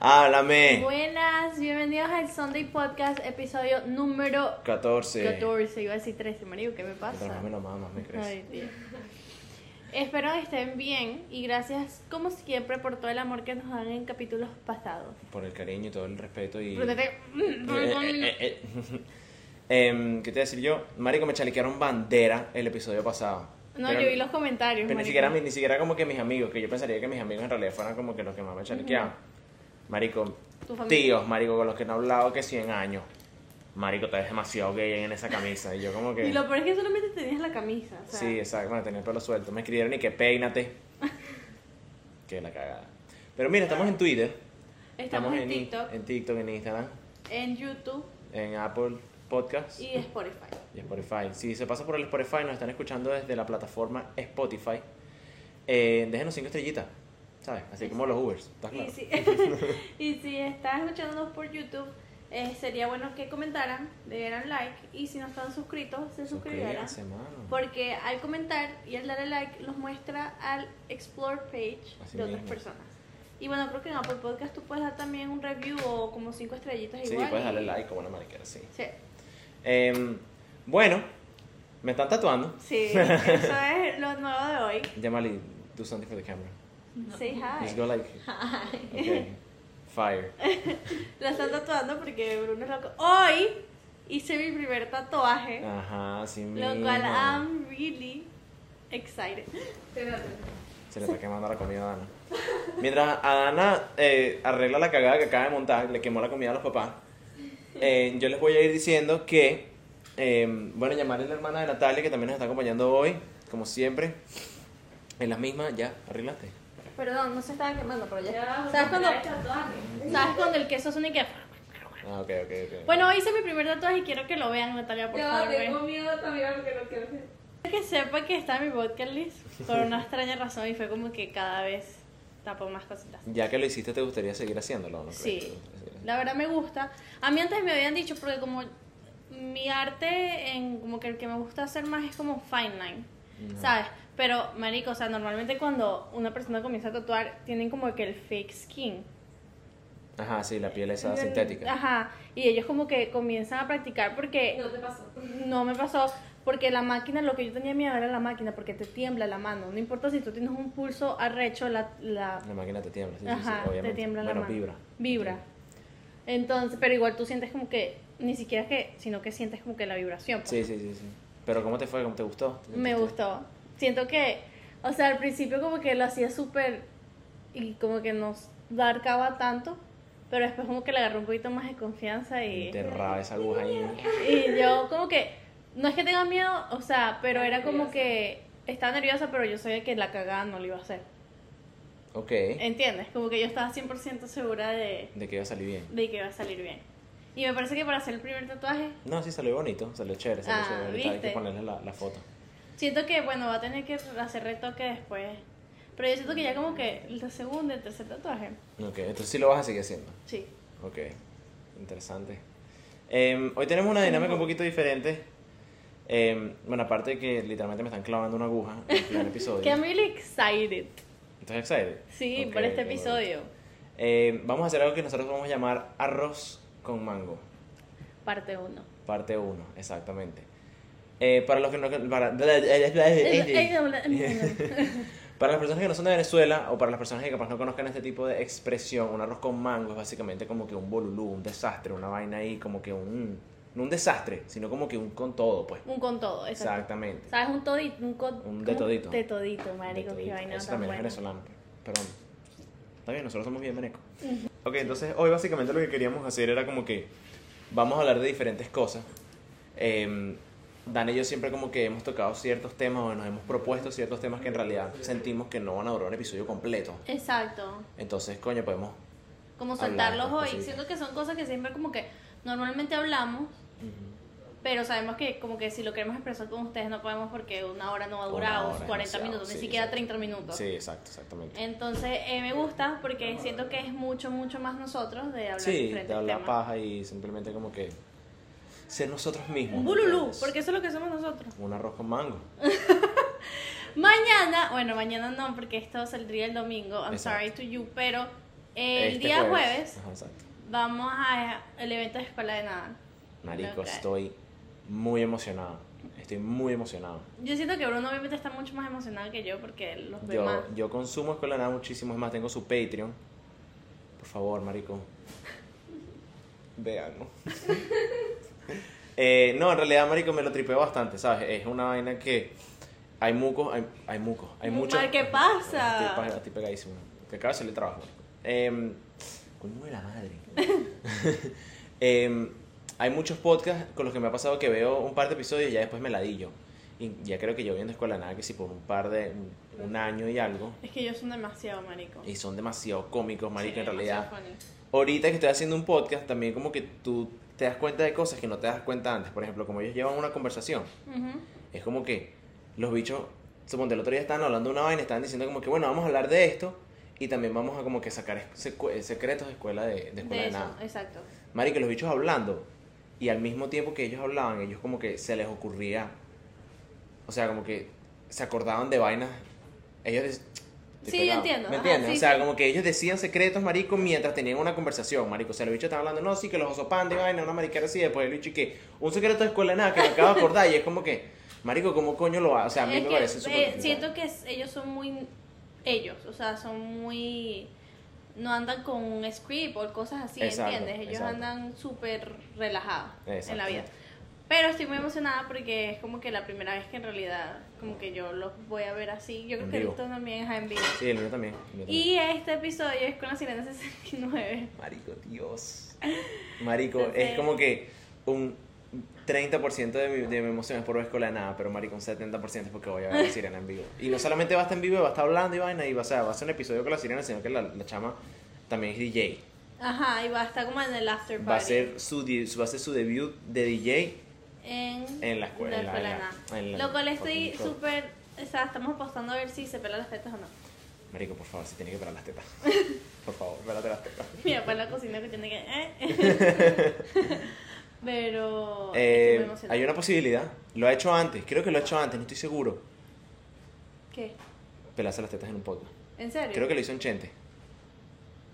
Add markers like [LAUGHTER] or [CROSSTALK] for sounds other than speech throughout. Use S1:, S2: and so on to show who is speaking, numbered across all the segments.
S1: Háblame.
S2: Buenas, bienvenidos al Sunday Podcast, episodio número
S1: 14.
S2: 14. Iba a decir 13, marido, ¿qué me pasa?
S1: Mientras más me lo mamas, me crece.
S2: Ay, Dios. Espero que estén bien y gracias, como siempre, por todo el amor que nos dan en capítulos pasados.
S1: Por el cariño y todo el respeto y...
S2: Protete-
S1: Eh, eh, eh, eh. [LAUGHS] Em, ¿Qué te voy a decir yo? Marico, me chalequearon bandera el episodio pasado.
S2: No,
S1: Pero-
S2: yo vi los comentarios.
S1: Pero ni
S2: marico.
S1: siquiera, mi- ni siquiera como que mis amigos, que yo pensaría que mis amigos en realidad fueran como que los que más me chalequeaban. Marico,
S2: Tu familia.
S1: tíos, marico, con los que no he hablado que 100 años. Marico, te ves demasiado gay en esa camisa. Y yo como que...
S2: Y lo peor es que solamente tenías la camisa. O sea,
S1: Sí, exacto. Bueno, tenía el pelo suelto. Me escribieron y que
S2: [LAUGHS]
S1: peínate. que la cagada. Pero mira, estamos en Twitter.
S2: estamos, en
S1: in-
S2: TikTok,
S1: En TikTok, en Instagram,
S2: en YouTube
S1: en Apple Podcasts
S2: y Spotify.
S1: y Spotify. Si se pasa por el Spotify, nos están escuchando desde la plataforma Spotify. eh, déjenos cinco estrellitas, ¿sabes? Así como los Ubers, ¿estás claro?
S2: Y si, [LAUGHS] y si estás escuchándonos por YouTube, eh, sería bueno que comentaran, le dieran like y si no están suscritos, se suscribieran.
S1: Suscríbanse, mano.
S2: Porque al comentar y al darle like los muestra al explore page
S1: Así
S2: de otras
S1: mismo.
S2: personas. Y bueno, creo que en Apple Podcast tú puedes dar también un review o como cinco estrellitas
S1: Sí,
S2: igual.
S1: puedes
S2: y-
S1: darle like como una mariquera, sí.
S2: Sí,
S1: Em, bueno, me están tatuando.
S2: sí,
S1: [LAUGHS]
S2: eso es lo nuevo de hoy.
S1: Yamali, do something for the camera.
S2: Say
S1: Just
S2: hi.
S1: go like... Okay. Fire.
S2: Lo están tatuando porque Bruno es loco. Hoy hice mi primer tatuaje.
S1: Ajá, sí mismo.
S2: Lo cual I'm really excited.
S1: Se le está quemando la comida a Dana. Mientras a Dana eh, arregla la cagada que acaba de montar, le quemó la comida a los papás, eh, yo les voy a ir diciendo que, eh, bueno, llamar a la hermana de Natalia, que también nos está acompañando hoy, como siempre. En las mismas, ya, arreglaste.
S2: Perdón, no se estaba quemando, pero ya. ¿Sabes cuando, ¿Sabes cuando el queso suena y que...
S1: Ah, ok, ok, ok.
S2: Bueno, hice mi primer tatuaje y quiero que lo vean, Natalia, por
S3: Yo
S2: favor.
S3: tengo
S2: ven.
S3: miedo también a lo que no quiero hacer.
S2: Quiero Que sepa que está en mi podcast list por una extraña razón y fue como que cada vez tapo más cositas.
S1: Ya que lo hiciste, ¿te gustaría seguir haciéndolo? ¿no crees?
S2: Sí, la verdad me gusta. A mí antes me habían dicho, porque como mi arte, en, como que el que me gusta hacer más es como fine line,
S1: Ujú.
S2: ¿sabes? Pero, marico, o sea, normalmente cuando una persona comienza a tatuar, tienen como que el fake skin.
S1: Ajá, sí, la piel esa sintética.
S2: Ajá, y ellos como que comienzan a practicar porque
S3: No te pasó.
S2: No me pasó porque la máquina, lo que yo tenía miedo era la máquina porque te tiembla la mano. No importa si tú tienes un pulso arrecho, la, la
S1: La máquina te tiembla, sí, sí, sí,
S2: Ajá, te
S1: obviamente.
S2: tiembla la
S1: bueno,
S2: mano.
S1: vibra.
S2: vibra. Entonces, pero igual tú sientes como que, ni siquiera que, sino que sientes como que la vibración. pues.
S1: Sí, sí, sí, sí. Pero ¿cómo te fue? ¿Cómo te gustó? ¿Te
S2: Me
S1: sentiste?
S2: gustó. Siento que, o sea, al principio como que lo hacía súper y como que nos abarcaba tanto, pero después como que le agarró un poquito más de confianza y...
S1: Enterraba esa aguja ahí. ¿no?
S2: Y yo como que, no es que tenga miedo, o sea, pero era como que estaba nerviosa, pero yo sabía que la cagada no lo iba a hacer.
S1: Ok.
S2: ¿Entiendes? Como que yo estaba 100% segura de,
S1: De que iba a salir bien.
S2: de que iba a salir bien. Y me parece que para hacer el primer tatuaje,
S1: No, sí salió bonito, salió chévere, salió
S2: Ah,
S1: chévere. Ahorita hay que
S2: ¿viste?
S1: ponerle la, la foto.
S2: siento que, bueno, va a tener que hacer retoque después. Pero yo siento que ya como que el segundo, el tercer tatuaje,
S1: Ok, entonces sí lo vas a seguir haciendo.
S2: sí.
S1: Ok, interesante. Em, hoy tenemos una dinámica un poquito diferente. Em, bueno, aparte de que literalmente me están clavando una aguja en el
S2: [LAUGHS]
S1: primer episodio.
S2: Que I'm really excited,
S1: ¿Estás excited?
S2: sí,
S1: Ok,
S2: por este
S1: qué bueno.
S2: episodio.
S1: Em, vamos a hacer algo que nosotros vamos a llamar arroz con mango.
S2: Parte 1.
S1: [LAUGHS] Parte 1, exactamente. Eh, para los que no... Para, [LAUGHS] para las personas que no son de Venezuela o para las personas que capaz no conozcan este tipo de expresión, un arroz con mango es básicamente como que un bolulú, un desastre, una vaina ahí, como que un... No un desastre, sino como que un con todo, pues.
S2: Un con todo, exacto.
S1: Exactamente.
S2: ¿Sabes? Un todito, un con...
S1: Un de
S2: ¿cómo?
S1: todito.
S2: De todito, marico,
S1: De
S2: qué
S1: todito.
S2: vaina
S1: Eso
S2: tan
S1: también
S2: buena.
S1: es venezolano. Perdón. Está bien, nosotros somos bien venecos. Ok, entonces hoy básicamente lo que queríamos hacer era como que vamos a hablar de diferentes cosas. Eh, Dan y yo siempre como que hemos tocado ciertos temas o nos hemos propuesto ciertos temas que en realidad sentimos que no van a durar un episodio completo.
S2: Exacto.
S1: Entonces, coño, podemos...
S2: Como
S1: Hablar pues,
S2: soltarlos
S1: estas
S2: hoy.
S1: cositas.
S2: Siento que son cosas que siempre como que normalmente hablamos, pero sabemos que como que si lo queremos expresar con ustedes no podemos porque una hora no va a
S1: Una
S2: durar,
S1: hora
S2: o
S1: es
S2: 40
S1: demasiado,
S2: minutos,
S1: sí,
S2: ni siquiera
S1: exacto.
S2: 30 minutos.
S1: Sí, exacto, exactamente.
S2: Entonces eh, me gusta porque siento que es mucho, mucho más nosotros de hablar de
S1: Sí,
S2: diferentes
S1: de hablar
S2: temas.
S1: paja y simplemente como que ser nosotros mismos.
S2: Un bululú,
S1: ¿entiendes?
S2: porque eso es lo que somos nosotros.
S1: Un arroz con mango.
S2: Mañana, bueno, mañana no, porque esto saldría el domingo. I'm
S1: Exacto.
S2: sorry to you, pero el
S1: Este
S2: día jueves,
S1: Ajá, exacto.
S2: vamos al evento de escuela de nada.
S1: Marico,
S2: Ok.
S1: estoy muy emocionado. Estoy muy emocionado.
S2: Yo siento que Bruno obviamente está mucho más emocionado que yo porque los ve
S1: Yo,
S2: más.
S1: yo consumo Escuela de Nada muchísimo, es más, tengo su Patreon. Por favor, marico. Veanlo. Eh, no, en realidad, marico, me lo tripeo bastante, ¿sabes? Es una vaina que hay mucos, hay, hay mucos, hay este
S2: Muy
S1: muchos...
S2: mal, ¿qué pasa?
S1: Estoy, pa- estoy pegadísimo. Que acaba de salir trabajo. Eh, coño de la
S2: [LAUGHS]
S1: madre. Eh, hay muchos podcasts con los que me ha pasado que veo un par de episodios y ya después me ladillo. Y ya creo que yo viendo Escuela de Nada que si por un par de... un- un año y algo.
S2: Es que ellos son demasiado marico.
S1: Y son demasiado cómicos, marico,
S2: Sí,
S1: en realidad.
S2: demasiado funny.
S1: Ahorita que estoy haciendo un podcast, también como que tú te das cuenta de cosas que no te das cuenta antes. Por ejemplo, como ellos llevan una conversación,
S2: Ujú.
S1: es como que los bichos, suponte, el otro día estaban hablando de una vaina, estaban diciendo como que, bueno, vamos a hablar de esto y también vamos a como que sacar es- secu- eh, secretos de escuela de, de escuela
S2: De
S1: de,
S2: eso,
S1: nada.
S2: exacto.
S1: Marico, los bichos hablando y al mismo tiempo que ellos hablaban, ellos como que se les ocurría, o sea, como que se acordaban de vainas. Ellos dec- estoy
S2: Sí, yo
S1: pegado.
S2: entiendo.
S1: ¿Me
S2: Ajá,
S1: entiendes?
S2: sí,
S1: o sea,
S2: sí.
S1: como que ellos decían secretos, marico, mientras tenían una conversación, marico. O sea, los bichos estaban hablando, no, sí, que los osos panda y vaina, una mariquera así, después el bicho y que un secreto de escuela de nada que me acabo de acordar y es como que, marico, ¿cómo coño lo va? O sea, a mí
S2: Es
S1: me
S2: que,
S1: parece
S2: eh,
S1: súper.
S2: siento que es- ellos son muy ellos, o sea, son muy no andan con un script o cosas así,
S1: Exacto,
S2: ¿entiendes? Ellos
S1: exacto.
S2: andan súper relajados en la
S1: Exacto.
S2: vida. Pero estoy muy emocionada porque es como que la primera vez que en realidad como que yo los voy a ver así. Yo creo
S1: En
S2: que
S1: vivo.
S2: esto también es en vivo.
S1: Sí, el mío también. el mío también.
S2: Y este episodio es con la Sirena 69.
S1: Marico,
S2: [LAUGHS]
S1: Dios. Marico,
S2: Entonces-
S1: es como que un 30% de mi, de mi emoción es por ver escuela de nada, pero marico, un 70% es porque voy a
S2: [LAUGHS]
S1: ver a la sirena en vivo. Y no solamente va a estar en vivo, va a estar hablando y vaina, y va, o sea, va a ser un episodio con la sirena, sino que la, la chama también es DJ.
S2: Ajá, y va a estar como en el after party.
S1: Va a ser su, di- va a ser su debut de DJ.
S2: en,
S1: En la escuela,
S2: en la escuela
S1: en la-
S2: nada.
S1: en la-
S2: Lo cual
S1: fucking
S2: estoy
S1: show.
S2: súper. O sea, estamos apostando a ver si se pelan las tetas o no.
S1: Marico, por favor, si tiene que parar las
S2: [LAUGHS]
S1: tetas. Por favor, párate las tetas.
S2: Mi papá en la cocina que tiene que.
S1: [LAUGHS]
S2: eh. Pero. Oh, estoy
S1: Eh,
S2: muy emocionada.
S1: hay una posibilidad. Lo ha hecho antes, creo que lo ha hecho antes, no estoy seguro.
S2: ¿Qué?
S1: Pelarse las tetas en un podcast.
S2: ¿En serio?
S1: Creo que lo hizo en Chente.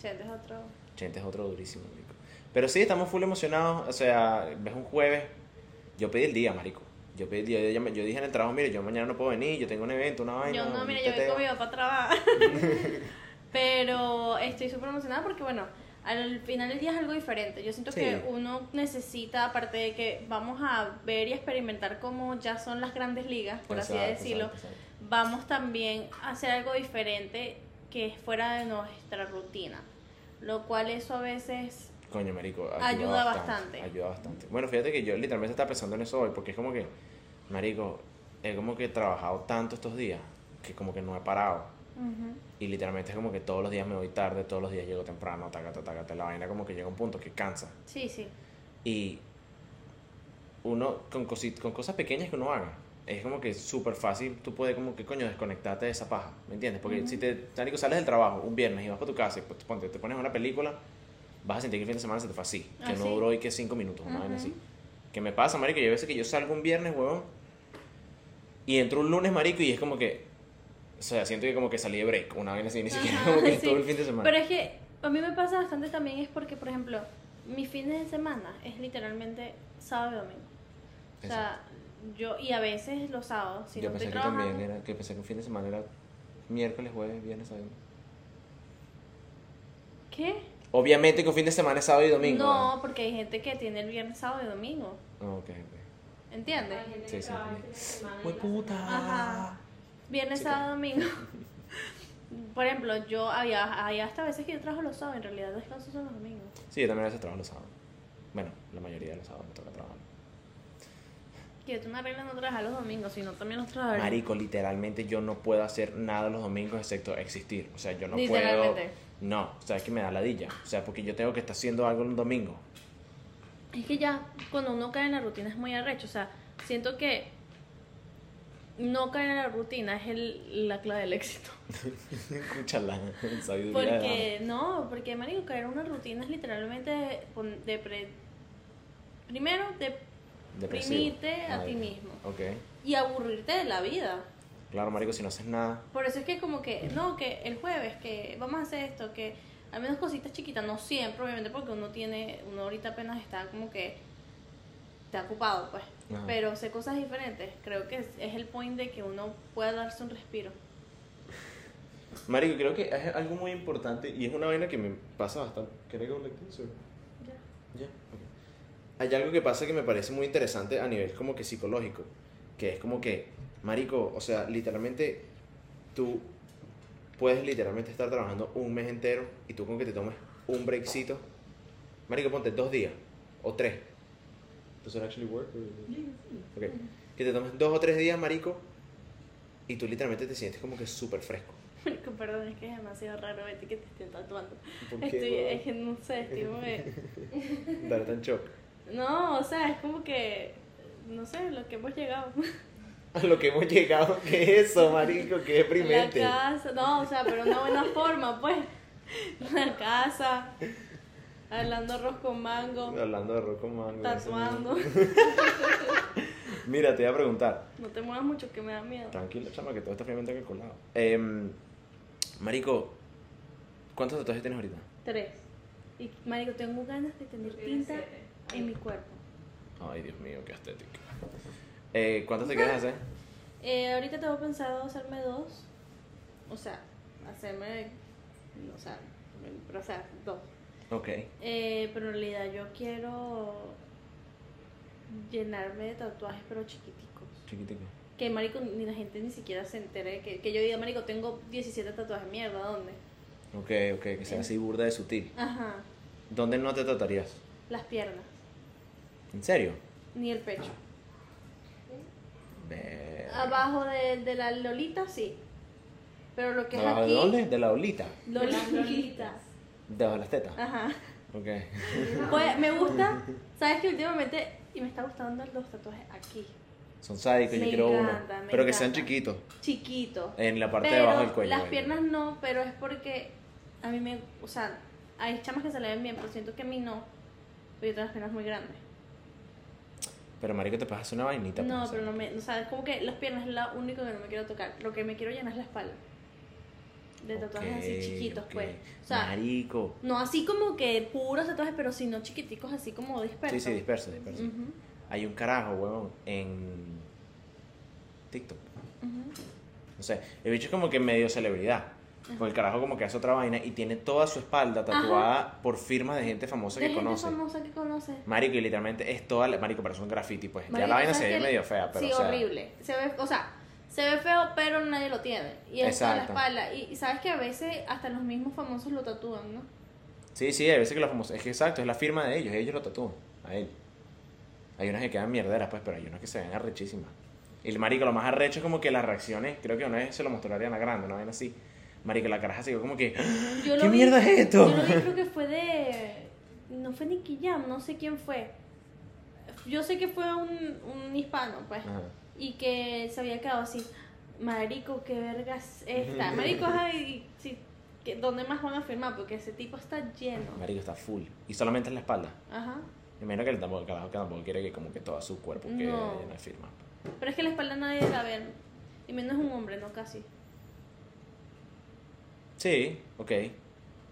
S2: Chente es otro.
S1: Chente es otro durísimo, marico. Pero sí, estamos full emocionados. O sea, es un jueves. Yo pedí el día, marico. Yo pedí el día. Yo, llamé- yo dije en el trabajo, mire, yo mañana no puedo venir. Yo tengo un evento, una vaina.
S2: yo no,
S1: un
S2: mira, yo voy
S1: teteo".
S2: con mi papá a
S1: [LAUGHS]
S2: trabajar. Pero estoy súper emocionada porque, bueno, al final del día es algo diferente. Yo siento
S1: Sí.
S2: que uno necesita, aparte de que vamos a ver y experimentar cómo ya son las grandes ligas, por así
S1: Exacto,
S2: decirlo.
S1: exacto, exacto.
S2: vamos también a hacer algo diferente que es fuera de nuestra rutina. Lo cual eso a veces...
S1: Coño, marico.
S2: Ayuda bastante.
S1: Ayuda bastante. Bueno, fíjate que yo literalmente estaba pensando en eso hoy. Porque es como que, marico, es como que he trabajado tanto estos días que como que no he parado. Y literalmente es como que todos los días me voy tarde, todos los días llego temprano, taca, taca, taca, la vaina como que llega a un punto que cansa.
S2: Sí, sí.
S1: Y uno, con, cosi- con cosas pequeñas que uno haga, es como que súper fácil, tú puedes como que coño desconectarte de esa paja, ¿me entiendes? Porque si te, marico, sales del trabajo un viernes y vas para tu casa y pues, ponte, te pones una película, vas a sentir que el fin de semana se te fue así, que
S2: Ah,
S1: no
S2: sí.
S1: duró y que cinco minutos, una vaina
S2: Ujú.
S1: así. Que me pasa, marico, yo a veces que yo salgo un viernes, huevón, y entro un lunes, marico, y es como que, o sea, siento que como que salí de break, una vaina así, ni siquiera
S2: Ajá,
S1: como que
S2: [LAUGHS] sí.
S1: todo el fin de semana.
S2: Pero es que a mí me pasa bastante también es porque, por ejemplo, mis fines de semana es literalmente sábado y domingo. O sea, yo... Y a veces los sábados, si
S1: yo
S2: no
S1: pensé
S2: estoy
S1: que
S2: trabajando...
S1: también era, que pensé que un fin de semana era miércoles, jueves, viernes, sábado.
S2: ¿Qué?
S1: Obviamente que un fin de semana es sábado y domingo.
S2: no, porque hay gente que tiene el viernes, sábado y domingo.
S1: No, ok, ok.
S2: ¿Entiendes?
S3: Hay gente
S1: Sí,
S3: que
S1: sí,
S3: trabaja
S1: sí.
S3: el fin de semana y
S1: ¡Hue
S3: la-
S1: puta!
S2: Ajá. Viernes,
S1: Sí,
S2: sábado, domingo.
S1: [LAUGHS]
S2: Por ejemplo, yo había, había hasta veces que yo trabajo los sábados, en realidad descanso son los domingos.
S1: Sí, yo también a veces trabajo los sábados. Bueno, la mayoría de los sábados me toca trabajar.
S2: Que tú me reglas no trabajar los domingos, sino también los trabajar.
S1: Marico, literalmente yo no puedo hacer nada los domingos excepto existir. O sea, yo no puedo.
S2: Literalmente.
S1: No, o sea, es que me da ladilla. O sea, porque yo tengo que estar haciendo algo un domingo. [LAUGHS]
S2: Es que ya cuando uno cae en la rutina es muy arrecho, o sea, siento que no caer en la rutina es el, la clave del éxito.
S1: Escúchala, [LAUGHS] sabiduría. de dama.
S2: Porque, no, porque marico, caer en una rutina es literalmente pon- de pre- primero de
S1: Depresivo.
S2: deprimirte a ti
S1: Marico.
S2: mismo.
S1: Ok.
S2: y aburrirte de la vida.
S1: Claro, marico, si no haces nada.
S2: Por eso es que como que, no, que el jueves, que vamos a hacer esto, que al menos cositas chiquitas, no siempre, obviamente, porque uno tiene, uno ahorita apenas está como que, está ocupado, pues.
S1: Ajá.
S2: Pero sé cosas diferentes. Creo que es, es el point de que uno pueda darse un respiro.
S1: Marico, creo que es algo muy importante y es una vaina que me pasa bastante. ¿Querés que hable de eso? Ya, ok. Hay algo que pasa que me parece muy interesante a nivel como que psicológico, que es como que, marico, o sea, literalmente tú puedes literalmente estar trabajando un mes entero y tú con que te tomes un breakcito, marico, ponte dos días o tres. Does it actually work? Ok. Que te tomes dos o tres días, marico, y tú literalmente te sientes como que súper fresco.
S2: Marico, Perdón, es que es demasiado raro vete que te estén tatuando.
S1: ¿Por qué,
S2: Estoy,
S1: huevón?
S2: es que no sé, estoy como que-
S1: Dar tan shock.
S2: No, o sea, es como que, no sé, lo que hemos llegado.
S1: A lo que hemos llegado, ¿qué es eso, marico? Qué
S2: La
S1: deprimente.
S2: casa, no, o sea, pero una buena forma, pues. La casa, hablando arroz con mango,
S1: Hablando de rock con mango.
S2: tatuando.
S1: Mira, te voy a preguntar.
S2: No te muevas mucho, que me da miedo.
S1: Tranquilo, chama, que todo está fríamente calculado. Em, marico, ¿cuántos tatuajes tienes ahorita?
S2: Tres. Y, marico, tengo ganas de tener tinta en mi cuerpo.
S1: Ay, Dios mío, qué estética. Eh, ¿Cuántos te quieres hacer?
S2: Eh, ahorita tengo pensado hacerme dos. O sea, hacerme, o sea, pero, o sea, dos.
S1: Ok.
S2: Eh, pero en realidad yo quiero llenarme de tatuajes, pero chiquiticos.
S1: Chiquitico.
S2: Que marico, ni la gente ni siquiera se entere. Que, que yo diga, marico, tengo 17 tatuajes, mierda, ¿dónde?
S1: Ok, ok, que sea así burda de sutil.
S2: Ajá,
S1: ¿Dónde no te tatuarías?
S2: las piernas,
S1: ¿En serio?
S2: ni el pecho.
S1: Ve-
S2: Abajo de, de la lolita, sí. Pero lo que es
S1: ¿Abajo
S2: aquí.
S1: ¿De dónde? De la olita.
S2: Lolitas.
S1: Debajo de las tetas.
S2: Ajá.
S1: Ok.
S2: Pues me gusta, sabes que últimamente, y me está gustando los tatuajes aquí,
S1: Son sádicos, yo
S2: Me
S1: quiero
S2: encanta,
S1: uno.
S2: me
S1: Pero que sean
S2: encanta.
S1: chiquitos.
S2: chiquitos.
S1: En la parte
S2: pero
S1: de abajo del cuello.
S2: las
S1: vaya.
S2: piernas no, pero es porque a mí me, o sea, hay chamas que se le ven bien, pero siento que a mí no, porque yo tengo las piernas muy grandes.
S1: Pero marico, te pasas una vainita.
S2: No,
S1: pues.
S2: pero no me, o sea, es como que las piernas es lo único que no me quiero tocar, lo que me quiero llenar es la espalda. De tatuajes
S1: Ok,
S2: así chiquitos,
S1: ok.
S2: pues. O sea,
S1: Marico.
S2: no así como que puros tatuajes, pero sino chiquiticos, así como
S1: Sí,
S2: dispersos.
S1: sí, disperso, disperso.
S2: Ujú,
S1: Hay un carajo, huevón, en TikTok.
S2: ujú.
S1: No sé, el bicho es como que medio celebridad. Con el carajo como que hace otra vaina y tiene toda su espalda tatuada por firmas de gente famosa
S2: De
S1: que
S2: gente
S1: conoce.
S2: famosa que conoce.
S1: Marico, y literalmente es toda la... Marico, parece un graffiti, pues. ya
S2: Marico,
S1: la vaina se
S2: ¿sabes
S1: ve
S2: qué?
S1: medio fea, pero
S2: Sí,
S1: o sea,
S2: horrible. Se ve, o sea, se ve feo, pero nadie lo tiene. Y es toda la
S1: Exacto.
S2: espalda. Y, y sabes que a veces hasta los mismos famosos lo tatúan, ¿no?
S1: Sí, sí, hay veces que los famosos... Es que exacto, es la firma de ellos, ellos lo tatúan, a él. Hay unas que quedan mierderas, pues, pero hay unas que se ven arrechísimas. Y el marico, lo más arrecho es como que las reacciones, creo que una vez se lo mostró a Ariana Grande, una vaina así. Marico, la caraja se quedó como que... "Ah".
S2: Yo
S1: ¿Qué mierda es esto?
S2: Yo lo vi, creo que fue de. No fue Nicky Jam, no sé quién fue. Yo sé que fue un, un hispano, pues.
S1: Ajá.
S2: Y que se había quedado así. Marico, qué vergas esta. Marico, ay, sí. que- ¿Dónde más van a firmar? Porque ese tipo está lleno.
S1: Marico está full. Y solamente en la espalda.
S2: Ajá.
S1: Me imagino que el tampoco, carajo que tampoco quiere que como que todo su cuerpo quede
S2: No.
S1: lleno de firmas.
S2: Pero es que la espalda nadie la ve. Y menos un hombre, ¿no? Casi.
S1: Sí, ok.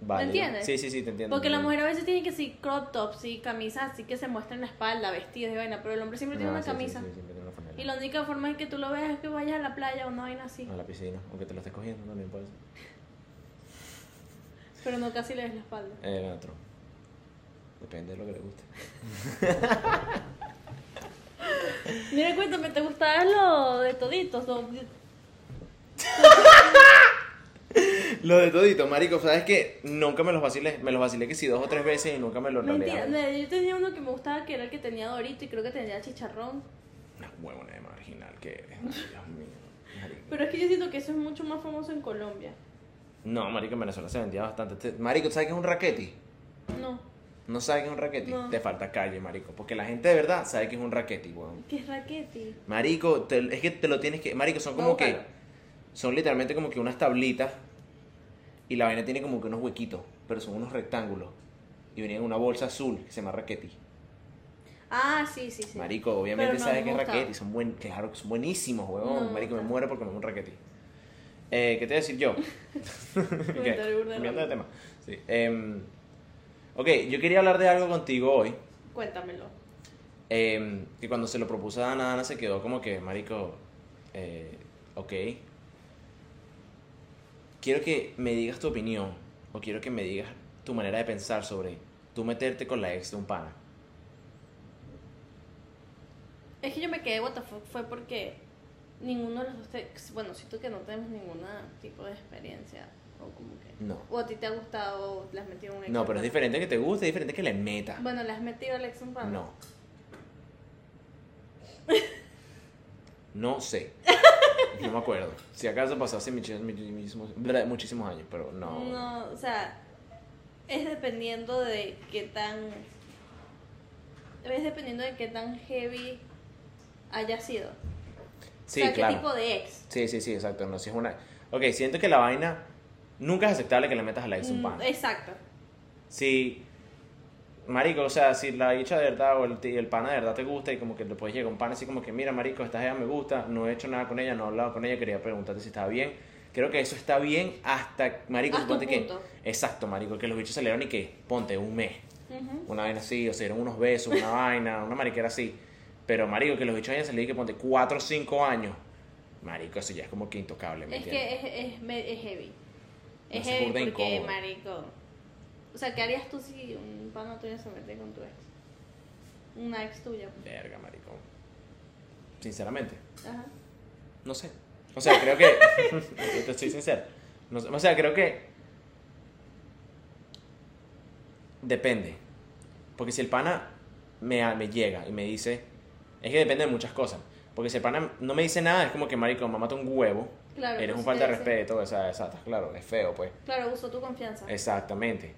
S1: Vale.
S2: entiendes?
S1: Sí, sí, sí, te entiendo.
S2: Porque la
S1: te
S2: mujer
S1: entiendo.
S2: a veces tiene que sí crop tops y camisas así que se muestran la espalda, vestidos y vaina. Pero el hombre siempre tiene
S1: Ah,
S2: una
S1: sí, sí,
S2: camisa.
S1: sí, siempre tiene una franela.
S2: Y la única forma en que tú lo veas es que vayas a la playa o una vaina así.
S1: A la piscina, aunque te lo estés cogiendo también puede ser.
S2: Pero no casi le ves la espalda.
S1: El otro. Depende de lo que le guste.
S2: Mira, cuéntame, ¿te gustaba lo de toditos? Lo-
S1: Lo de todito, marico, ¿sabes qué? Nunca me los vacilé. Me los vacilé que sí dos o tres veces y nunca me los
S2: Mentira,
S1: laleaba.
S2: no, yo tenía uno que me gustaba que era el que tenía dorito y creo que tenía chicharrón.
S1: Una huevona de marginal que eres. Ay, Dios mío. marico.
S2: Pero es que yo siento que eso es mucho más famoso en Colombia.
S1: No, marico, en Venezuela se vendía bastante. Te- Marico, ¿sabes qué es un raquete?
S2: No,
S1: No sabes que es un raquete.
S2: No.
S1: Te falta calle, marico. Porque la gente de verdad sabe que es un raquete, weón.
S2: que es raquete.
S1: Marico, te- es que te lo tienes que. Marico, son como que.
S2: Búscalo.
S1: Son literalmente como que unas tablitas. Y la vaina tiene como que unos huequitos. Pero son unos rectángulos. Y venía en una bolsa azul que se llama raquete.
S2: Ah, sí, sí, sí.
S1: Marico, obviamente
S2: Pero no
S1: sabes
S2: me
S1: que es
S2: gusta.
S1: Raquetti. Son buen, claro que son buenísimos, huevón.
S2: No,
S1: Marico, me
S2: no.
S1: muero porque me un Raquetti. Eh, ¿Qué te voy a decir
S2: [LAUGHS]
S1: yo? ¿Qué?
S2: Comentario burda de
S1: Cambiando de
S2: random.
S1: tema. Sí. em, ok, yo quería hablar de algo contigo hoy.
S2: Cuéntamelo.
S1: em, que cuando se lo propuse a Ana, Ana se quedó como que, Marico, eh, ok. Quiero que me digas tu opinión o quiero que me digas tu manera de pensar sobre tú meterte con la ex de un pana.
S2: Es que yo me quedé what the fuck fue porque ninguno de los dos te- bueno, siento que no tenemos ninguna tipo de experiencia o como que
S1: No.
S2: o a ti te ha gustado o le has metido un ex
S1: No,
S2: al
S1: pero es
S2: pana.
S1: diferente que te guste, es diferente que le meta.
S2: Bueno, le has metido al ex un pana?
S1: No. No
S2: [LAUGHS]
S1: sé. No me acuerdo. Si acaso pasó hace muchis- muchísimos, bla, muchísimos años, pero no.
S2: No, o sea, es dependiendo de qué tan es dependiendo de qué tan heavy haya sido.
S1: Sí,
S2: o sea,
S1: claro.
S2: qué tipo de ex.
S1: Sí, sí, sí, exacto. No, si es una... Ok, siento que la vaina nunca es aceptable que le metas a la ex un
S2: Mm,
S1: pan.
S2: Exacto.
S1: Si, marico, o sea, si la dicha de verdad o el, ti- el pana de verdad te gusta y como que le puedes llegar a un pana así como que, mira, marico, esta ella me gusta, no he hecho nada con ella, no he hablado con ella, quería preguntarte si estaba bien. Creo que eso está bien hasta, marico,
S2: Hasta un
S1: suponte que...
S2: punto.
S1: Exacto, marico, que los bichos salieron y que, ponte, un mes.
S2: Ujú.
S1: Una vaina así, o se dieron unos besos,
S2: [LAUGHS]
S1: una vaina, una mariquera así. Pero, marico, que los bichos hayan salido y que, ponte, cuatro o cinco años. Marico, eso ya es como que intocable, ¿me
S2: Es
S1: entiendes?
S2: que es, es, me- es heavy. Es
S1: No, se
S2: heavy
S1: burda
S2: porque,
S1: incómodo.
S2: marico. O sea, ¿qué harías tú si un pana tuyo se mete con tu ex? Una ex tuya. pues.
S1: Verga, marico. Sinceramente.
S2: Ajá.
S1: No sé. O sea, creo que. [LAUGHS] yo te estoy sincero. No sé, O sea, creo que. Depende. Porque si el pana me, me llega y me dice. Es que depende de muchas cosas. Porque si el pana no me dice nada, es como que, marico, mamá, un huevo.
S2: Claro.
S1: Eres
S2: pues,
S1: un falta de
S2: si te dice-
S1: respeto, o sea, exacto, claro, es feo, pues.
S2: Claro, uso tu confianza.
S1: Exactamente.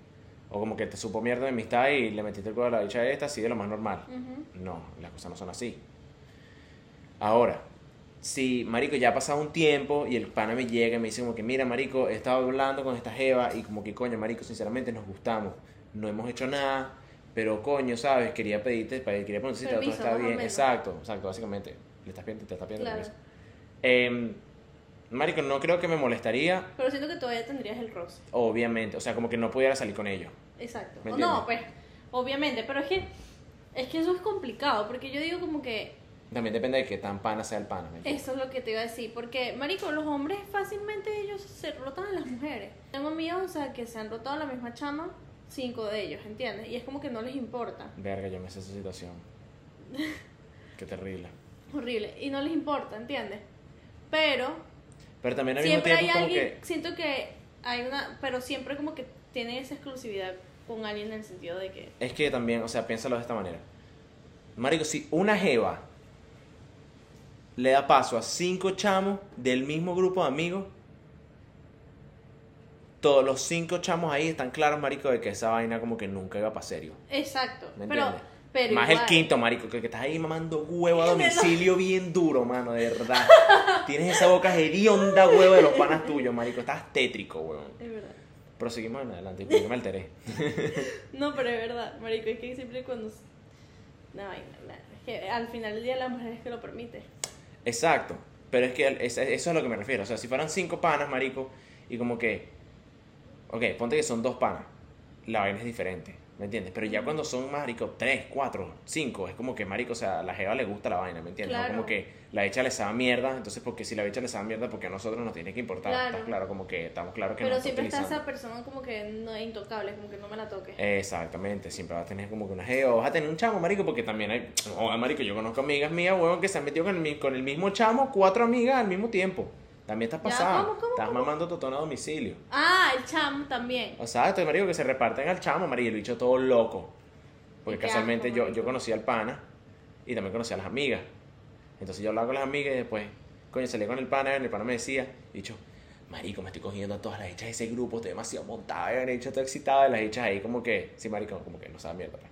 S1: O como que te supo mierda de amistad y le metiste el cuadro a la dicha esta, así de lo más normal.
S2: Ujú.
S1: No, las cosas no son así. Ahora, si, marico, ya ha pasado un tiempo y el pana me llega y me dice como que, mira, marico, he estado hablando con esta jeva y como que, coño, marico, sinceramente nos gustamos. No hemos hecho nada, pero, coño, ¿sabes? Quería pedirte, para- quería preguntarte si te- todo
S2: Permiso,
S1: está
S2: más o
S1: bien.
S2: menos.
S1: Exacto, exacto, básicamente. Le estás pidiendo, te estás pidiendo
S2: Claro.
S1: permiso. Em, marico, no creo que me molestaría,
S2: Pero siento que todavía tendrías el roce.
S1: obviamente. O sea, como que no pudiera salir con ellos.
S2: Exacto.
S1: ¿Me
S2: O no,
S1: entiendes?
S2: pues, obviamente. Pero es que, es que eso es complicado. Porque yo digo como que
S1: También depende de qué tan pana sea el pana. ¿me entiendes?
S2: Eso es lo que te iba a decir, porque, marico, los hombres fácilmente ellos se rotan a las mujeres. Tengo amigos, o sea, que se han rotado a la misma chama, cinco de ellos, ¿entiendes? Y es como que no les importa,
S1: Verga, yo me sé esa situación. [LAUGHS] Qué terrible.
S2: horrible, y no les importa, ¿entiendes? Pero
S1: Pero también al mismo
S2: siempre hay
S1: tiempo como
S2: alguien,
S1: que...
S2: siento que hay una, pero siempre como que tienen esa exclusividad con alguien en el sentido de que,
S1: Es que también, o sea, piénsalo de esta manera. Marico, si una jeva le da paso a cinco chamos del mismo grupo de amigos, todos los cinco chamos ahí están claros, marico, de que esa vaina como que nunca iba para serio.
S2: exacto,
S1: ¿Me
S2: pero,
S1: entiendes?
S2: pero
S1: Más el
S2: igual.
S1: quinto, marico, que, que estás ahí mamando huevo a domicilio bien duro, mano, de verdad. [LAUGHS] Tienes esa boca hedionda, huevo, de los panas tuyos, marico. Estás tétrico, huevón.
S2: Es verdad.
S1: Proseguimos en adelante, porque yo me alteré.
S2: No, pero es verdad, marico, es que siempre cuando... No, no, no, es que al final del día la mujer es que lo permite.
S1: Exacto. Pero es que el- es- eso es a lo que me refiero. O sea, si fueran cinco panas, marico, y como que. Ok, ponte que son dos panas. La vaina es diferente. ¿Me entiendes? Pero ya cuando son, marico, tres, cuatro, cinco, es como que, marico, o sea, a la jeva le gusta la vaina, ¿me entiendes? No
S2: Claro.
S1: como que la hecha le sabe mierda, entonces, porque si la hecha le sabe mierda, porque a nosotros nos tiene que importar.
S2: Claro.
S1: ¿Estás claro? Como que estamos claros que no
S2: Pero
S1: está
S2: siempre está
S1: utilizando.
S2: esa persona como que no es intocable, como que no me la toques.
S1: Exactamente, siempre vas a tener como que una jeva, vas a tener un chamo, marico, porque también hay, oh, marico, yo conozco amigas mías, huevón, que se han metido con el, mi- con el mismo chamo, cuatro amigas al mismo tiempo. También estás
S2: Ya,
S1: pasada,
S2: ¿cómo, cómo,
S1: estás
S2: cómo?
S1: mamando totona a domicilio.
S2: Ah, el chamo también.
S1: O sea, este marico que se reparten al chamo, marico, y el bicho todo loco. Porque
S2: Y qué
S1: casualmente
S2: asco,
S1: yo,
S2: marico.
S1: yo conocí al pana y también conocí a las amigas. Entonces yo hablaba con las amigas y después, coño, salí con el pana, y el pana me decía, dicho, marico, me estoy cogiendo a todas las hechas de ese grupo, estoy demasiado montada, y han hecho todo excitado, y las hechas ahí como que, sí, marico, como que no sabe mierda. pues.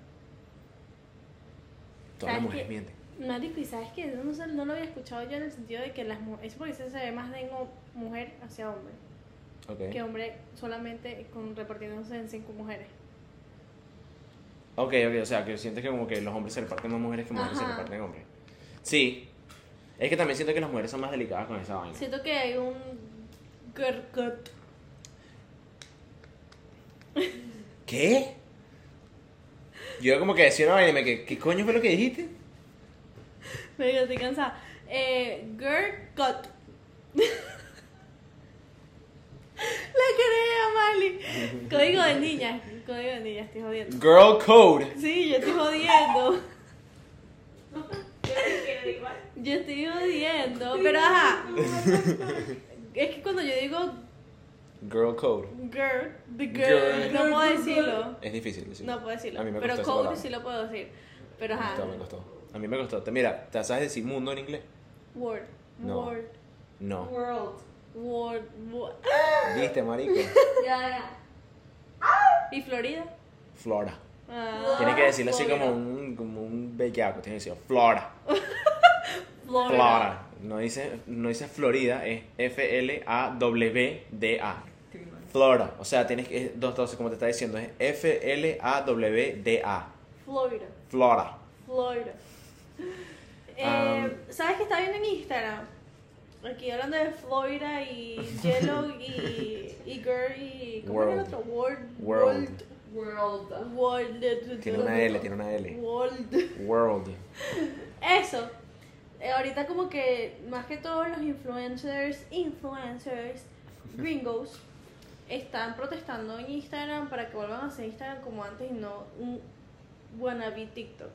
S1: Todas las
S2: ¿Sabes
S1: mujeres
S2: qué?
S1: mienten.
S2: Marico, y sabes que no, sé, no lo había escuchado yo en el sentido de que las mujeres. Es porque eso se ve más de ngo- mujer hacia hombre.
S1: Ok.
S2: Que hombre solamente con, repartiéndose en cinco mujeres.
S1: Ok, ok, o sea, que sientes que como que los hombres se reparten más mujeres que mujeres se
S2: Ajá.
S1: reparten hombres. Sí. Es que también siento que las mujeres son más delicadas con esa vaina.
S2: Siento que hay un girl cut.
S1: ¿Qué? Yo como que decía una vaina y me que ¿qué coño fue lo que dijiste?
S2: Me digo, estoy cansada. Eh, girl cut. La quería Mali. Código de niñas. Código de niñas, estoy jodiendo.
S1: Girl code.
S2: Sí, yo estoy jodiendo. Yo estoy jodiendo. Pero ajá. Es que cuando yo digo
S1: Girl code.
S2: girl, the girl,
S1: Girl.
S2: no puedo decirlo.
S1: Es difícil decirlo.
S2: No puedo decirlo.
S1: A mí me
S2: Pero
S1: costó esa
S2: code
S1: palabra.
S2: sí lo puedo decir. Pero
S1: Me
S2: ajá.
S1: costó, me costó. A mí me costó. Te- Mira, ¿te sabes decir mundo en inglés?
S2: Word.
S1: No.
S2: Word.
S1: No.
S3: World.
S2: Word. Word.
S1: ¿Viste, marico?
S3: Ya, ya.
S2: ¿Y Florida?
S1: Flora.
S2: Ah,
S1: Tienes que decirlo así
S2: Florida.
S1: como un, como un bellaco. Tienes que decir Flora.
S2: Florida.
S1: Flora. No dice, no dice Florida, es F-L-A-W-D-A. Flora. O sea, tienes que. es Dos, dos, como te está diciendo, es F-L-A-W-D-A.
S2: Florida.
S1: Flora. [LAUGHS]
S2: Florida.
S1: Um,
S2: Eh, ¿Sabes que está bien en Instagram? Aquí hablando de
S1: [LAUGHS]
S2: Florida y Yellow y, y Girl y. ¿Cómo era el
S1: World.
S2: otro? World.
S1: World.
S3: World.
S2: World.
S1: Tiene una L, tiene una L.
S2: World.
S1: World.
S2: Eso. Eh, ahorita, como que más que todos los influencers, influencers, gringos, están protestando en Instagram para que vuelvan a ser Instagram como antes y no un wannabe TikTok.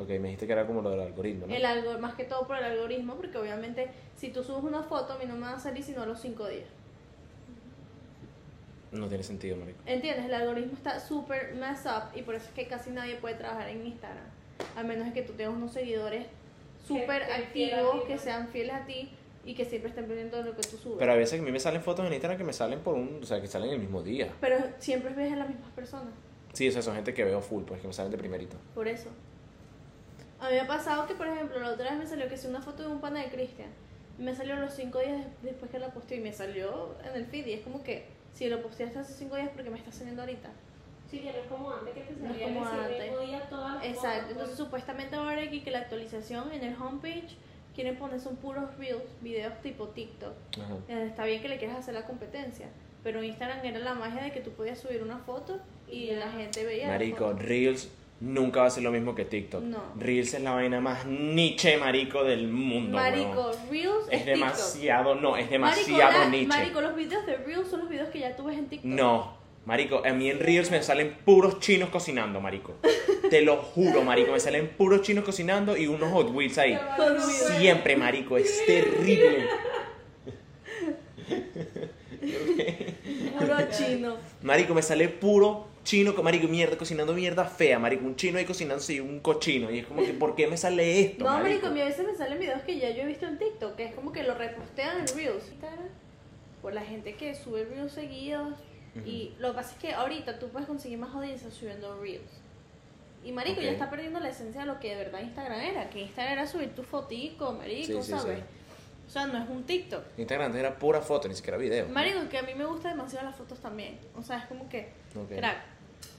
S1: Ok, me dijiste que era como lo del algoritmo, ¿no?
S2: El algo, más que todo por el algoritmo, porque obviamente si tú subes una foto, a mí no me va a salir sino a los 5 días.
S1: No tiene sentido, marico.
S2: ¿Entiendes? El algoritmo está súper messed up y por eso es que casi nadie puede trabajar en Instagram. A menos que tú tengas unos seguidores súper
S3: Que- que fieles a
S2: activos,
S3: ti,
S2: que
S3: ¿no?
S2: sean fieles a ti y que siempre estén pendientes de lo que tú subes.
S1: Pero a veces a mí me salen fotos en Instagram que me salen por un. O sea, que salen el mismo día.
S2: Pero siempre ves a las mismas personas,
S1: Sí, o sea, son gente que veo full, pues que me salen de primerito.
S2: por eso. A mí me ha pasado que, por ejemplo, la otra vez me salió que hice una foto de un pana de Cristian. y Me salió los 5 días des- después que la posteé y me salió en el feed. Y es como que, si lo posteaste hace 5 días, porque me está saliendo ahorita?
S3: Sí, ya no es como antes que te
S2: No es
S3: salía
S2: como
S3: que si el
S2: antes.
S3: mismo día todas las
S2: Exacto,
S3: fotos,
S2: entonces supuestamente ahora aquí que la actualización en el homepage quieren poner son puros reels, videos tipo TikTok.
S1: Ajá.
S2: Eh, Está bien que le quieras hacer la competencia, pero en Instagram era la magia de que tú podías subir una foto y
S3: Ya.
S2: la gente veía. la
S1: Marico,
S2: foto.
S1: Reels nunca va a ser lo mismo que TikTok.
S2: No.
S1: Reels es la vaina más niche, marico, del mundo.
S2: Marico,
S1: weón.
S2: reels
S1: Es
S2: TikTok.
S1: demasiado, no, es
S2: marico,
S1: demasiado
S2: la-
S1: niche.
S2: Marico, los videos de reels son los videos que ya tú ves en TikTok.
S1: No, marico, a mí en Reels me salen puros chinos cocinando, marico. Te lo juro, marico, me salen puros chinos cocinando y unos Hot Wheels ahí.
S3: Pero
S2: Con
S3: no
S2: video.
S3: fue-
S1: Siempre, marico, es terrible. [LAUGHS]
S2: Puro chino.
S1: Marico, me sale puro chino, co- marico, mierda, cocinando mierda fea, marico, un chino ahí cocinando, sí, un cochino. Y es como que, ¿por qué me sale esto,
S2: No, marico, a mí a veces me salen videos que ya yo he visto en TikTok, que es como que lo repostean en Reels. Instagram, Por la gente que sube Reels seguidos. Y lo que pasa es que ahorita tú puedes conseguir más audiencia subiendo Reels. Y marico,
S1: Ok.
S2: ya está perdiendo la esencia de lo que de verdad Instagram era. Que Instagram era subir tu fotico, marico,
S1: Sí, sí,
S2: ¿sabes? O sea, no es un TikTok.
S1: Instagram antes era pura foto, ni siquiera video.
S2: Marico, que a mí me gusta demasiado las fotos también. O sea, es como que,
S1: Ok.
S2: crack.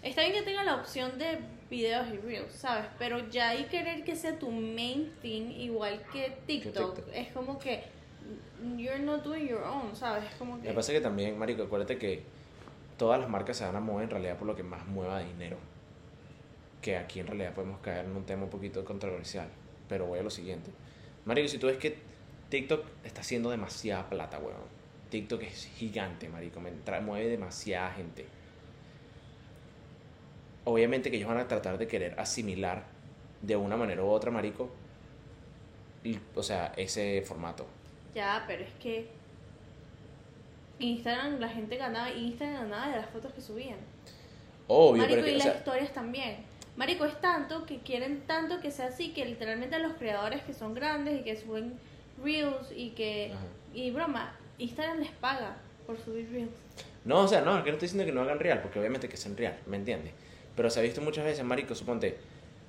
S2: Está bien que tenga la opción de videos y reels, ¿sabes? Pero ya ahí querer que sea tu main thing, igual que TikTok,
S1: TikTok.
S2: es como que you're not doing your own, ¿sabes? Es como
S1: Lo
S2: que.
S1: que pasa es que también, marico, acuérdate que todas las marcas se van a mover en realidad por lo que más mueva dinero. Que aquí en realidad podemos caer en un tema un poquito controversial. Pero voy a lo siguiente. Marico, si tú ves que TikTok está haciendo demasiada plata, weón. TikTok es gigante, marico. me tra- mueve demasiada gente. Obviamente que ellos van a tratar de querer asimilar de una manera u otra, marico. y- o sea, ese formato.
S2: Ya, pero es que. Instagram, la gente ganaba, Instagram ganaba de las fotos que subían.
S1: Obvio,
S2: Marico,
S1: pero que,
S2: y
S1: o
S2: las
S1: sea,
S2: historias también. Marico, es tanto que quieren tanto que sea así, que literalmente los creadores que son grandes y que suben reels y que...
S1: Ajá.
S2: Y broma, Instagram les paga por subir reels.
S1: No, o sea, no, que no estoy diciendo que no hagan real, porque obviamente que sean real, ¿me entiendes? Pero se ha visto muchas veces, marico, suponte,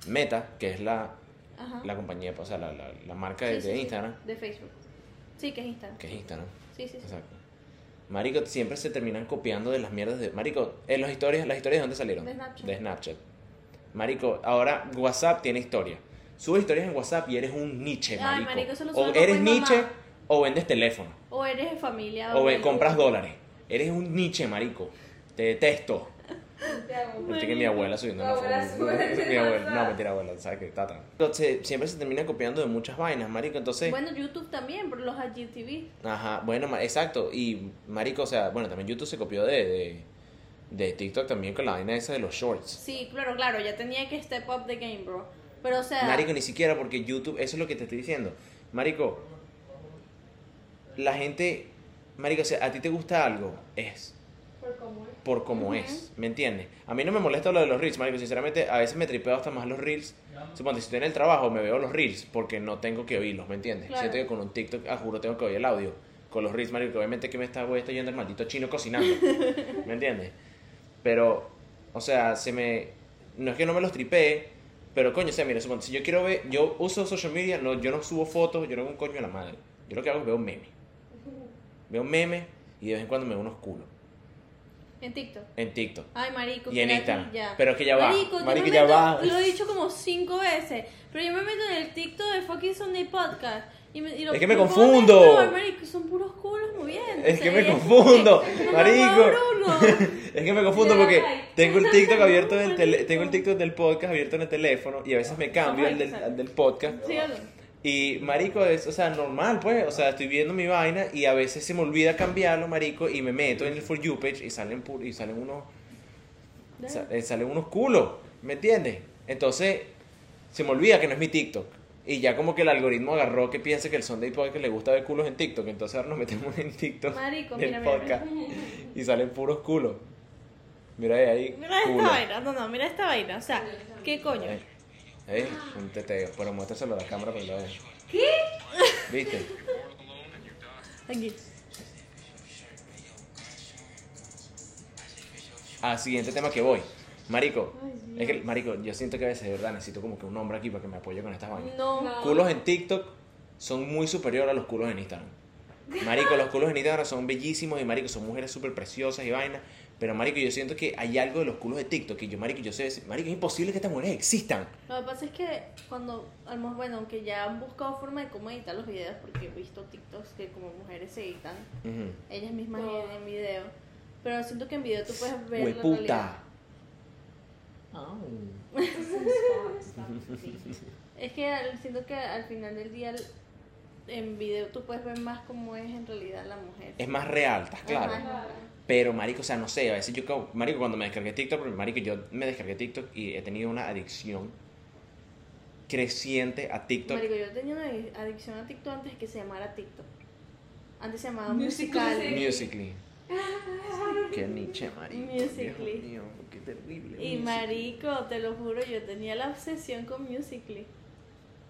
S1: Meta, que es la,
S2: Ajá.
S1: la compañía, pues, o sea, la, la- la marca
S2: Sí,
S1: de,
S2: sí,
S1: de
S2: sí,
S1: Instagram,
S2: de Facebook. Sí, que es Instagram.
S1: que es Instagram,
S2: Sí, sí, sí.
S1: exacto. Marico, siempre eh, se terminan copiando de las mierdas de... Marico, en las historias, las historias de dónde salieron?
S2: De Snapchat.
S1: De Snapchat. Marico, ahora WhatsApp tiene historia. Subes historias en WhatsApp y eres un Nietzsche,
S2: Ay,
S1: marico.
S2: marico, eso lo
S1: o
S2: subo con
S1: eres
S2: mi mamá. Ah,
S1: Nietzsche o vendes teléfono.
S2: O eres de familia.
S1: O ve-
S2: de-
S1: compras dólares. Eres un Nietzsche, marico. Te detesto.
S3: Te hago.
S1: Mentira que mi abuela subiendo
S3: Tu
S1: una
S3: abuela
S1: foto.
S3: sube.
S1: [LAUGHS] Mi abuela, no, mentira, abuela, sabes que tata. Entonces, siempre se termina copiando de muchas vainas, marico. Entonces,
S2: Bueno, YouTube también, por los IGTV.
S1: ajá, bueno, ma- exacto. Y marico, o sea, bueno, también YouTube se copió de, de, de TikTok también con la vaina esa de los shorts.
S2: Sí, claro, claro, ya tenía que step up the game, bro. Pero, o sea,
S1: Marico, ni siquiera porque YouTube, eso es lo que te estoy diciendo. Marico, la gente, marico, o sea, a ti te gusta algo, es
S3: Por cómo es.
S1: por como es, ¿me entiendes? A mí no me molesta lo de los reels, marico, sinceramente, a veces me tripeo hasta más los reels. Suponte, si estoy en el trabajo, me veo los reels porque no tengo que oírlos, ¿me entiendes?
S2: Claro.
S1: Siento que con un TikTok, a juro, tengo que oír el audio. Con los reels, marico, que obviamente que me está, güey, está yendo el maldito chino cocinando, ¿me entiendes? Pero, o sea, se me... No es que no me los tripee, pero coño, o sea, mira, suponte, si yo quiero ver, yo uso social media, no, yo no subo fotos, yo no hago un coño a la madre. Yo lo que hago es veo memes. Veo memes y de vez en cuando me veo unos culos
S2: en TikTok.
S1: en TikTok.
S2: Ay, marico.
S1: Y en
S2: qué
S1: Instagram.
S2: ladilla.
S1: Pero es que ya va.
S2: Marico, yo
S1: Marico,
S2: me
S1: ya
S2: meto-
S1: va.
S2: Lo he dicho como cinco veces. Pero yo me meto en el TikTok de fucking Sunday Podcast. Y me- y lo-
S1: Es que me
S2: y pongo
S1: confundo.
S2: esto, ay, marico, son puros culos moviéndose.
S1: Es que
S2: [LAUGHS]
S1: me
S2: Y
S1: confundo,
S2: como que,
S1: marico.
S2: no,
S1: [LAUGHS]
S2: Bruno.
S1: Es que me confundo
S3: Le da
S1: porque
S3: like.
S1: tengo el TikTok abierto del tele- tengo el TikTok del podcast abierto en el teléfono y a veces me cambio al del, al del podcast
S2: Sígalo.
S1: y marico es, o sea, normal pues, o sea, estoy viendo mi vaina y a veces se me olvida cambiarlo, marico, y me meto en el for you page y salen pu- y salen unos sa- eh, salen unos culos, ¿me entiendes? Entonces se me olvida que no es mi TikTok. Y ya como que el algoritmo agarró que piensa que el Sunday Podcast le gusta ver culos en TikTok. Entonces ahora nos metemos en TikTok
S2: Marico,
S1: del
S2: mira, mira,
S1: podcast. Y salen puros culos. Mira ahí, ahí
S2: Mira esta
S1: culo.
S2: vaina. No, no, mira esta vaina. O sea, ¿qué coño?
S1: Ahí, ahí, un teteo. Pero muéstraselo a la cámara para que lo vean. ¿Qué? ¿Viste?
S2: Aquí.
S1: Al Ah, siguiente tema que voy. Marico, es que, marico, yo siento que a veces de verdad necesito como que un hombre aquí para que me apoye con estas vainas.
S2: No.
S3: No. [LAUGHS]
S1: Culos en TikTok son muy superiores a los culos en Instagram. Marico, los culos en Instagram son bellísimos y marico, son mujeres súper preciosas y vainas. Pero marico, yo siento que hay algo de los culos de TikTok que yo, marico, yo sé, marico, es imposible que estas mujeres existan.
S2: Lo que pasa es que cuando, al menos, bueno, aunque ya han buscado forma de cómo editar los videos, porque he visto TikToks que como mujeres se editan,
S1: Ujú.
S2: ellas mismas
S3: No.
S2: editan en video. Pero siento que en video tú puedes ver la realidad.
S1: Hueputa. Ah, [LAUGHS]
S2: Es que al- siento que al final del día en video tú puedes ver más cómo es en realidad la mujer.
S1: Es más real, estás claro.
S2: Ajá.
S1: Pero, marico, o sea, no sé, a veces yo, como- marico, cuando me descargué TikTok, porque, marico, yo me descargué TikTok y he tenido una adicción creciente a TikTok.
S2: Marico, yo tenía una adicción a TikTok antes que se llamara TikTok. Antes se llamaba
S3: Musical.ly.
S2: Musical.ly. [LAUGHS]
S1: Musically. Qué niche, marico.
S2: Musical.ly.
S1: Dios mío, qué terrible. Musical.ly.
S2: Y marico, te lo juro, yo tenía la obsesión con Musical.ly.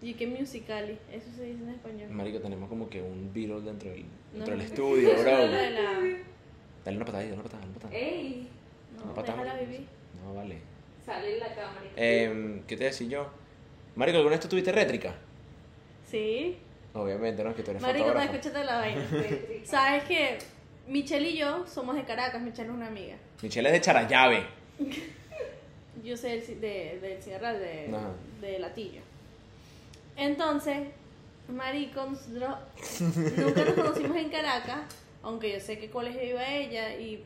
S2: Y que Musical.ly, eso se dice en español.
S1: Marico, tenemos como que un Beatle dentro del, dentro del
S2: [LAUGHS] No.
S1: estudio, bro.
S2: De la-
S1: Dale una patadita, dale una patada, dale una patada.
S3: Ey,
S2: No,
S1: Papá,
S2: déjala
S1: tampoco.
S2: vivir.
S1: No, vale.
S3: sale en la cámara.
S1: Em, ¿Qué te decía yo? Marico, ¿alguna vez tú tuviste rétrica?
S2: Sí.
S1: Obviamente, ¿no? Es que tú eres
S2: Marico, no,
S1: fotógrafo.
S2: escúchate la
S1: [LAUGHS]
S2: vaina. [LAUGHS] Sabes que Michelle y yo somos de Caracas, Michelle es una amiga.
S1: Michelle es de Charallave.
S2: Yo soy del, ci- de, del Cigarral, de,
S1: Ajá.
S2: de Latillo. Entonces,
S1: [LAUGHS]
S2: marico, nosotros nunca nos conocimos en Caracas, aunque yo sé qué colegio iba ella y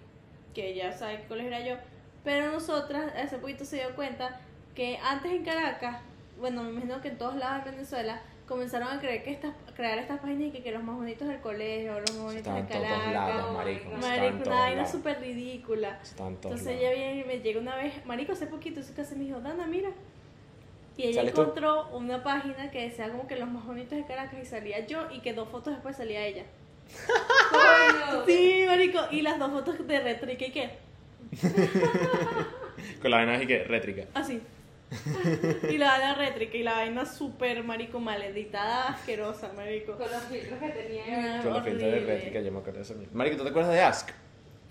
S2: que ella sabe qué colegio era yo, pero nosotras hace poquito se dio cuenta que antes en Caracas, bueno, me imagino que en todos lados de Venezuela, comenzaron a creer que estas, crear estas páginas y que, que los más bonitos del colegio, los más bonitos
S1: Estaban
S2: de
S1: en todos lados,
S2: Caracas,
S1: marico. Estaban en
S2: marico,
S1: todos
S2: una vaina
S1: lados.
S2: súper ridícula.
S1: Estaban en todos
S2: Entonces
S1: lados.
S2: ella viene y me llega una vez, marico, hace poquito su casa me dijo, Dana, mira. Y ella
S1: ¿Sales tú?
S2: encontró una página que decía como que los más bonitos de Caracas y salía yo y que dos fotos después salía ella.
S3: Coño.
S2: Sí, marico, y las dos fotos de retrique y qué,
S1: Con la vaina así que rétrica.
S2: así. [LAUGHS] y la vaina retrique y la vaina súper, marico, maleditada, asquerosa, marico.
S3: Con los filtros que tenía.
S2: Ah,
S1: Con la pinta de
S2: horrible.
S1: rétrica, yo me acuerdo de eso. Marico, ¿tú te acuerdas de Ask?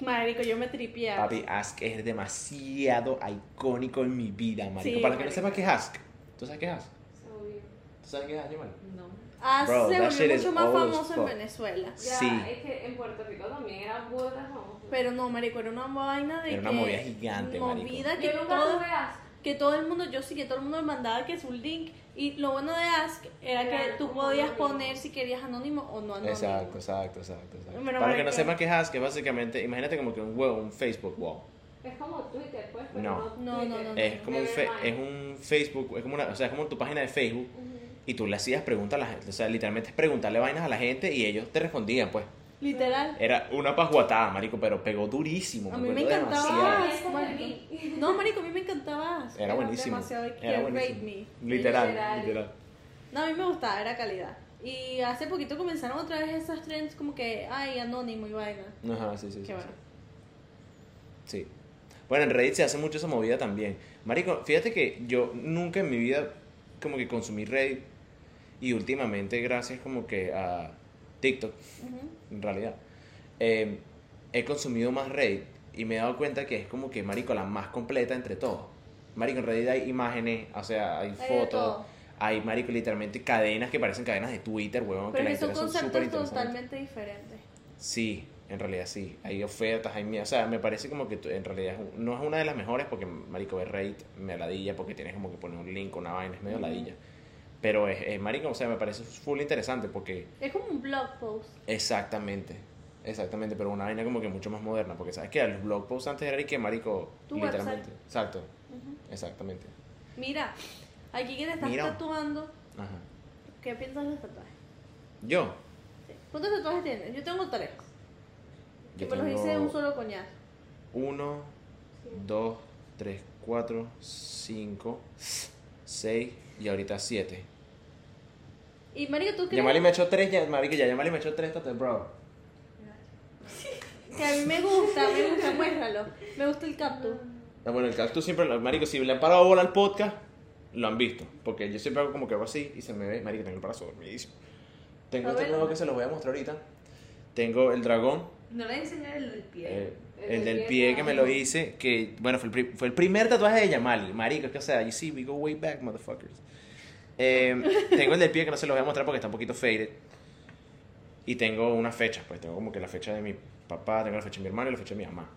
S2: Marico, yo me tripiaba.
S1: Papi, Ask es demasiado icónico en mi vida, marico.
S2: Sí,
S1: Para que no
S2: marico.
S1: sepa qué es Ask. ¿Tú sabes qué es Ask?
S3: Obvio.
S1: ¿Tú sabes qué es Ask, Jamal?
S3: No.
S2: Ah,
S1: Bro,
S2: se
S1: that shit
S2: volvió
S1: is
S2: mucho más
S1: old as
S2: famoso en
S1: fuck.
S2: Venezuela.
S3: Ya,
S1: Sí.
S3: es que en Puerto Rico también eran burdas famosas.
S2: Pero no, marico, era una vaina de
S1: Era una
S2: que-
S1: movida gigante, marico.
S2: movida que
S3: yo nunca
S2: todo-
S3: tuve asco.
S2: que todo el mundo, yo sí que todo el mundo me mandaba que su link. Y lo bueno de Ask era que
S3: Claro,
S2: tú
S3: como
S2: podías
S3: anónimo.
S2: poner si querías anónimo o no anónimo.
S1: Exacto, exacto, exacto. exacto.
S2: Bueno,
S1: Para
S2: para
S1: que no
S2: que-
S1: sepan qué es Ask, es básicamente, imagínate como que un huevo, un Facebook wall.
S3: Es como Twitter, pues, pero
S1: No.
S3: no.
S2: No, no, no, no.
S1: Es como un, fe- es
S3: Nevermind.
S1: un Facebook, es como, una, o sea, es como tu página de Facebook y tú le hacías preguntas a la gente. O sea, literalmente es preguntarle vainas a la gente y ellos te respondían, pues.
S2: Literal.
S1: Era una pajuatada, marico, pero pegó durísimo.
S2: A mí me
S1: acuerdo
S2: encantaba.
S1: demasiado.
S3: Ah, esa es de mí. [LAUGHS]
S2: No, marico, a mí me encantaba Ask.
S1: Era buenísimo.
S2: demasiado de que
S1: Era
S2: rate
S1: buenísimo.
S2: me.
S1: Literal,
S3: Literal.
S1: literal.
S2: No, a mí me gustaba, era calidad. Y hace poquito comenzaron otra vez esas trends como que, ay, anónimo y vaina.
S1: Ajá, sí, sí. sí,
S2: Qué
S1: sí.
S2: bueno.
S1: Sí. Bueno, en Reddit se hace mucho esa movida también. Marico, fíjate que yo nunca en mi vida como que consumí Reddit y últimamente gracias como que a TikTok,
S2: Ujú.
S1: en realidad, eh, he consumido más Reddit y me he dado cuenta que es como que, marico, la más completa entre todos. Marico, en Reddit hay imágenes, o sea, hay
S2: de
S1: fotos,
S2: todo.
S1: hay, marico, literalmente cadenas que parecen cadenas de Twitter, huevón, que
S2: Pero
S1: la
S2: que son
S1: historia súper
S2: conceptos
S1: interesantes.
S2: totalmente diferentes.
S1: Sí, en realidad sí. Hay ofertas, hay mía. O sea, me parece como que tú- en realidad es un- no es una de las mejores porque Marico de Reddit me ladilla porque tienes como que poner un link, una vaina, es medio
S2: Ujú.
S1: ladilla. Pero es, es Marico, o sea, me parece full interesante porque
S2: Es como un blog post.
S1: exactamente, exactamente, pero una vaina como que mucho más moderna porque sabes que los blog posts antes era y que Marico,
S2: Tu
S1: literalmente.
S2: website.
S1: Exacto,
S2: Ujú.
S1: exactamente.
S2: Mira, aquí que te estás
S1: Mira.
S2: tatuando,
S1: Ajá.
S2: ¿qué piensas de los tatuajes?
S1: Yo,
S2: Sí. ¿Cuántos tatuajes tienes? Yo tengo tres.
S1: yo
S2: Que me los hice de
S1: tengo
S2: un solo coñazo.
S1: uno, dos, tres, cuatro, cinco, seis y ahorita siete.
S2: Y Mario, ¿tú crees
S1: Yamali me echó tres, ya, marico, ya Yamali me echó tres tatuajes, bro.
S2: que a mí me gusta? Me gusta, muéstralo. Me gusta el cactus.
S1: Ah, Bueno, el cactus siempre, lo- marico, si le han parado bola al podcast, lo han visto. Porque yo siempre hago como que hago así y se me ve, marico, tengo el brazo dormidísimo. Tengo
S2: A
S1: este
S2: ver,
S1: nuevo
S2: ajá.
S1: que se los voy a mostrar ahorita. Tengo el dragón,
S4: No le voy a enseñar el del pie.
S1: eh,
S3: El
S1: el
S3: del
S1: del
S3: pie,
S1: pie que me lo
S3: ajá.
S1: hice, que, bueno, fue el, pri- fue el primer tatuaje de Yamali, marico, es que, o sea, you see, we go way back, motherfuckers. Eh, tengo el del pie que no se los voy a mostrar porque está un poquito faded. Y tengo unas fechas, pues tengo como que la fecha de mi papá, tengo la fecha de mi hermano y la fecha de mi mamá.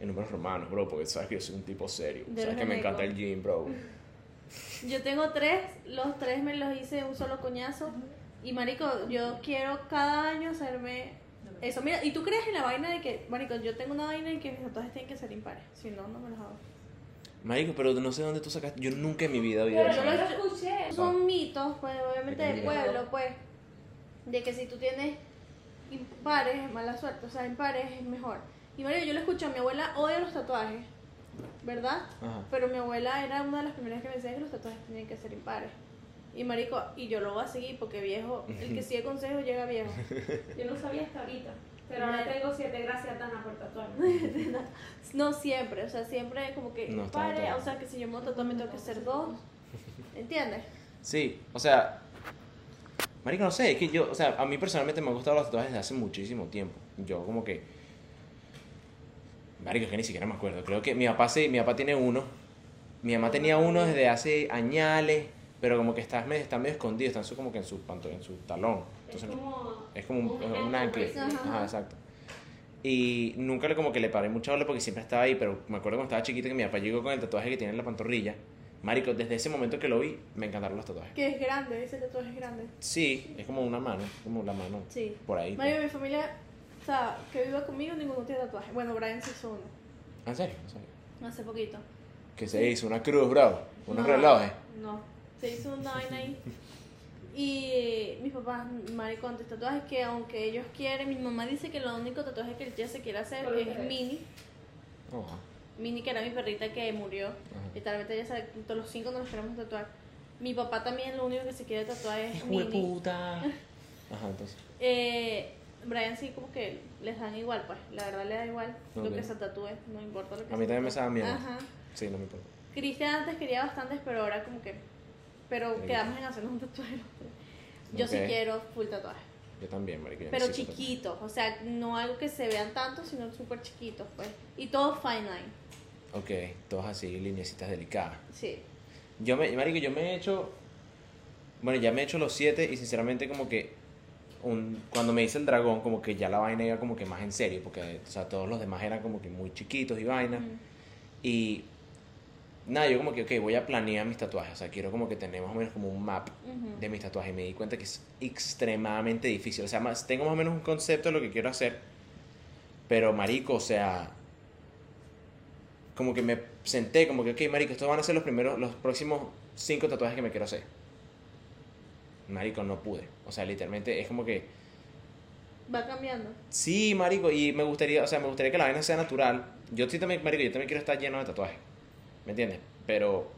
S1: En números romanos, bro, porque sabes que yo soy un tipo serio.
S2: De
S1: sabes
S2: los
S1: que me encanta el
S2: gemelos.
S1: gym, bro.
S2: Yo tengo tres, los tres me los hice de un solo coñazo. Y Marico, yo quiero cada año hacerme eso. Mira, ¿y tú crees en la vaina de que, Marico, yo tengo una vaina en que mis tatuajes tienen que ser impares? Si no, no me los hago.
S1: Marico, pero no sé dónde tú sacaste. Yo nunca en mi vida he oído
S3: Pero
S1: eso.
S3: yo lo escuché.
S2: Son mitos, pues obviamente
S1: Hay que
S2: del
S1: mirar.
S2: pueblo, pues, de que si tú tienes impares es mala suerte, o sea, impares es mejor. Y Mario, yo lo escucho, mi abuela odia los tatuajes, ¿verdad?
S1: Ajá.
S2: Pero mi abuela era una de las primeras que me decía que los tatuajes tenían que ser impares. Y marico, y yo lo voy a seguir porque viejo, el que sigue consejo llega viejo.
S3: Yo no sabía hasta ahorita. Pero ahora tengo siete gracias, Tana, por tatuarme.
S2: No siempre, o sea, siempre como que
S1: No, está
S2: impares,
S1: notado.
S2: o sea, que si yo me tatuaje me tengo que hacer dos. ¿Entiendes?
S1: Sí, o sea. Marico, no sé, es que yo, o sea, a mí personalmente me han gustado los tatuajes desde hace muchísimo tiempo. Yo como que. Marico, es que ni siquiera me acuerdo. Creo que mi papá sí, mi papá tiene uno. Mi mamá tenía uno desde hace añales, pero como que está, medio- está medio escondido, está en su, como que en su, panto- en su talón.
S3: Es
S1: Entonces,
S3: como. pues.
S1: es como un, un ancle.
S2: Ajá.
S1: Ajá, exacto. Y nunca le- como que le paré mucha bola porque siempre estaba ahí, pero me acuerdo cuando estaba chiquito que mi papá llegó con el tatuaje que tiene en la pantorrilla. Marico, desde ese momento que lo vi, me encantaron los tatuajes.
S2: Que es grande, ese tatuaje es grande.
S1: Sí, es como una mano, como la mano
S2: Sí.
S1: por ahí.
S2: Mario, mi familia, o sea, que viva conmigo, ninguno tiene tatuaje. Bueno, Brian se hizo uno,
S1: Ah, ¿En serio? ¿En serio?
S2: hace poquito.
S1: Que se hizo una cruz, bravo, eh. unos
S2: No,
S1: relojes.
S2: No, se hizo
S1: [LAUGHS]
S2: un vaina ahí. Y mis papás, Mario, con tus tatuajes que aunque ellos quieren, mi mamá dice que lo único tatuaje que ella se quiere hacer
S3: Solo
S2: es
S3: tres.
S2: Mini.
S1: Oh,
S2: Mini, que era mi perrita que murió.
S1: ajá.
S2: Literalmente ya se todos los cinco nos los queremos tatuar. Mi papá también lo único que se quiere tatuar es
S1: Hijo de
S2: Mini.
S1: puta. Ajá, entonces.
S2: Eh, Brian sí como que les dan igual, pues. La verdad le da igual
S1: Ok.
S2: lo que se tatúe, no importa lo que
S1: A mí
S2: se
S1: también me
S2: tatúe.
S1: sabe mierda.
S2: Ajá.
S1: Sí, no me importa.
S2: Cristian antes quería bastantes, pero ahora como que... Pero
S1: Ok.
S2: quedamos en hacernos un tatuaje. los tres. Yo sí
S1: Ok.
S2: quiero full tatuaje.
S1: Yo también, marico. yo
S2: Pero
S1: necesito
S2: chiquitos, o sea, no algo que se vean tanto, sino súper chiquitos, pues. Y todo fine line,
S1: tatuajes. Ok, todos así, lineecitas delicadas.
S2: sí.
S1: Yo me, marico, yo me he hecho, bueno, ya me he hecho los siete y sinceramente como que un, cuando me hice el dragón como que ya la vaina iba como que más en serio porque, o sea, todos los demás eran como que muy chiquitos y vainas
S2: Mm.
S1: y nada, yo como que, ok, voy a planear mis tatuajes. O sea, quiero como que tener más o menos como un map
S2: Ujú.
S1: de mis tatuajes. Y me di cuenta que es extremadamente difícil. O sea, más, tengo más o menos un concepto de lo que quiero hacer. Pero, marico, o sea, como que me senté, como que, ok, marico, estos van a ser los primeros, los próximos cinco tatuajes que me quiero hacer. Marico, no pude. O sea, literalmente es como que...
S2: Va cambiando.
S1: Sí, marico, y me gustaría, o sea, me gustaría que la vaina sea natural. Yo sí también, marico, yo también quiero estar lleno de tatuajes. ¿Me entiendes? Pero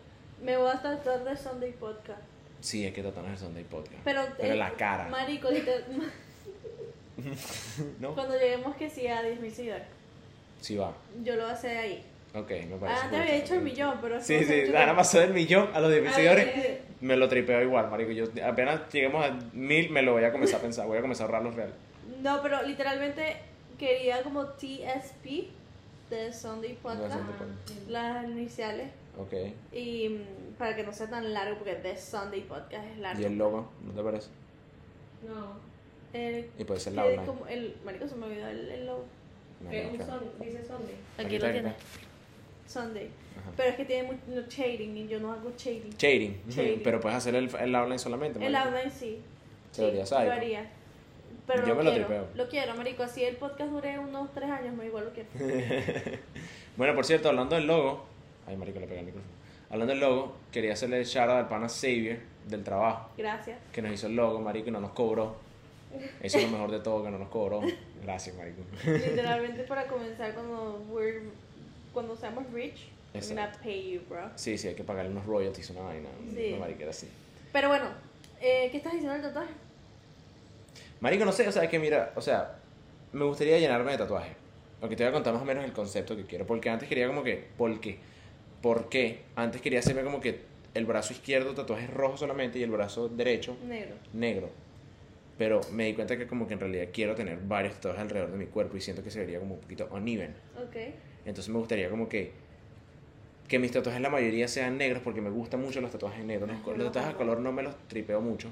S2: Me voy a tratar de Sunday Podcast.
S1: sí, es que tatuajes son de podcast.
S2: Pero, eh,
S1: la cara,
S2: Marico, liter-
S1: ¿no?
S2: [LAUGHS] cuando lleguemos que sí a 10.000 seguidores,
S1: Sí va.
S2: yo lo voy a hacer ahí.
S1: Ok, me parece.
S2: Antes Ah, había
S1: justo.
S2: hecho el millón, Ah, pero...
S1: Sí, sí,
S2: nada
S1: Ana pasó del millón a los 10 mil seguidores.
S3: ver.
S1: Me lo tripeo igual, marico. Yo apenas lleguemos a mil, me lo voy a comenzar a pensar. Voy a comenzar a ahorrar los reales.
S2: No, pero literalmente quería como TSP de Sunday
S1: No,
S2: Podcast,
S1: sí.
S2: las iniciales,
S1: Ok.
S2: y mm, para que no sea tan largo, porque The Sunday Podcast es largo.
S1: Y el logo, ¿no te parece?
S3: No,
S2: El-
S1: Y puede ser la
S2: Eh, que
S1: online.
S2: como el, marico, se me olvidó el, el logo.
S1: No,
S3: que
S1: no,
S3: un
S1: claro.
S3: son, dice Sunday.
S2: Aquí
S1: está,
S2: lo tiene.
S1: está.
S2: Sunday.
S1: Ajá.
S2: Pero es que tiene mucho shading y yo no hago shading.
S1: Shading.
S2: Shading.
S1: Pero puedes hacer el, el outline solamente.
S2: El
S1: marico. pues.
S2: outline sí. Sí,
S1: Teoría
S2: lo
S1: sádica.
S2: haría. Pero
S1: Yo
S2: lo
S1: me lo
S2: quiero,
S1: tripeo.
S2: Lo quiero, marico. Así el podcast dure unos tres años, me igual lo quiero.
S1: [LAUGHS] Bueno, por cierto, hablando del logo. Ay, marico, le pegué el micrófono. Hablando del logo, quería hacerle shout out al pana Xavier del trabajo,
S2: Gracias.
S1: que nos hizo el logo, marico, y no nos cobró. Eso es lo mejor de todo, que no nos cobró. Gracias, marico. [LAUGHS]
S2: Literalmente para comenzar cuando we're, cuando seamos rich, I'm gonna
S1: Exacto.
S2: pay you, bro.
S1: Sí, sí, hay que pagarle unos royalties, una vaina,
S2: Sí.
S1: una mariquera así.
S2: Pero bueno, eh, ¿qué estás diciendo del tatuaje?
S1: Marico, no sé, o sea, es que mira, o sea, me gustaría llenarme de tatuaje. Aunque te voy a contar más o menos el concepto que quiero, porque antes quería como que, ¿por qué? ¿Por qué? Antes quería hacerme como que el brazo izquierdo tatuaje rojo solamente y el brazo derecho
S2: Negro.
S1: negro. Pero me di cuenta que como que en realidad quiero tener varios tatuajes alrededor de mi cuerpo y siento que se vería como un poquito uneven.
S2: Ok.
S1: Entonces me gustaría como que que mis tatuajes la mayoría sean negros porque me gustan mucho los tatuajes negros. Los,
S2: Ay,
S1: co-
S2: yo
S1: los
S2: no
S1: tatuajes a
S2: tampoco.
S1: color no me los tripeo mucho.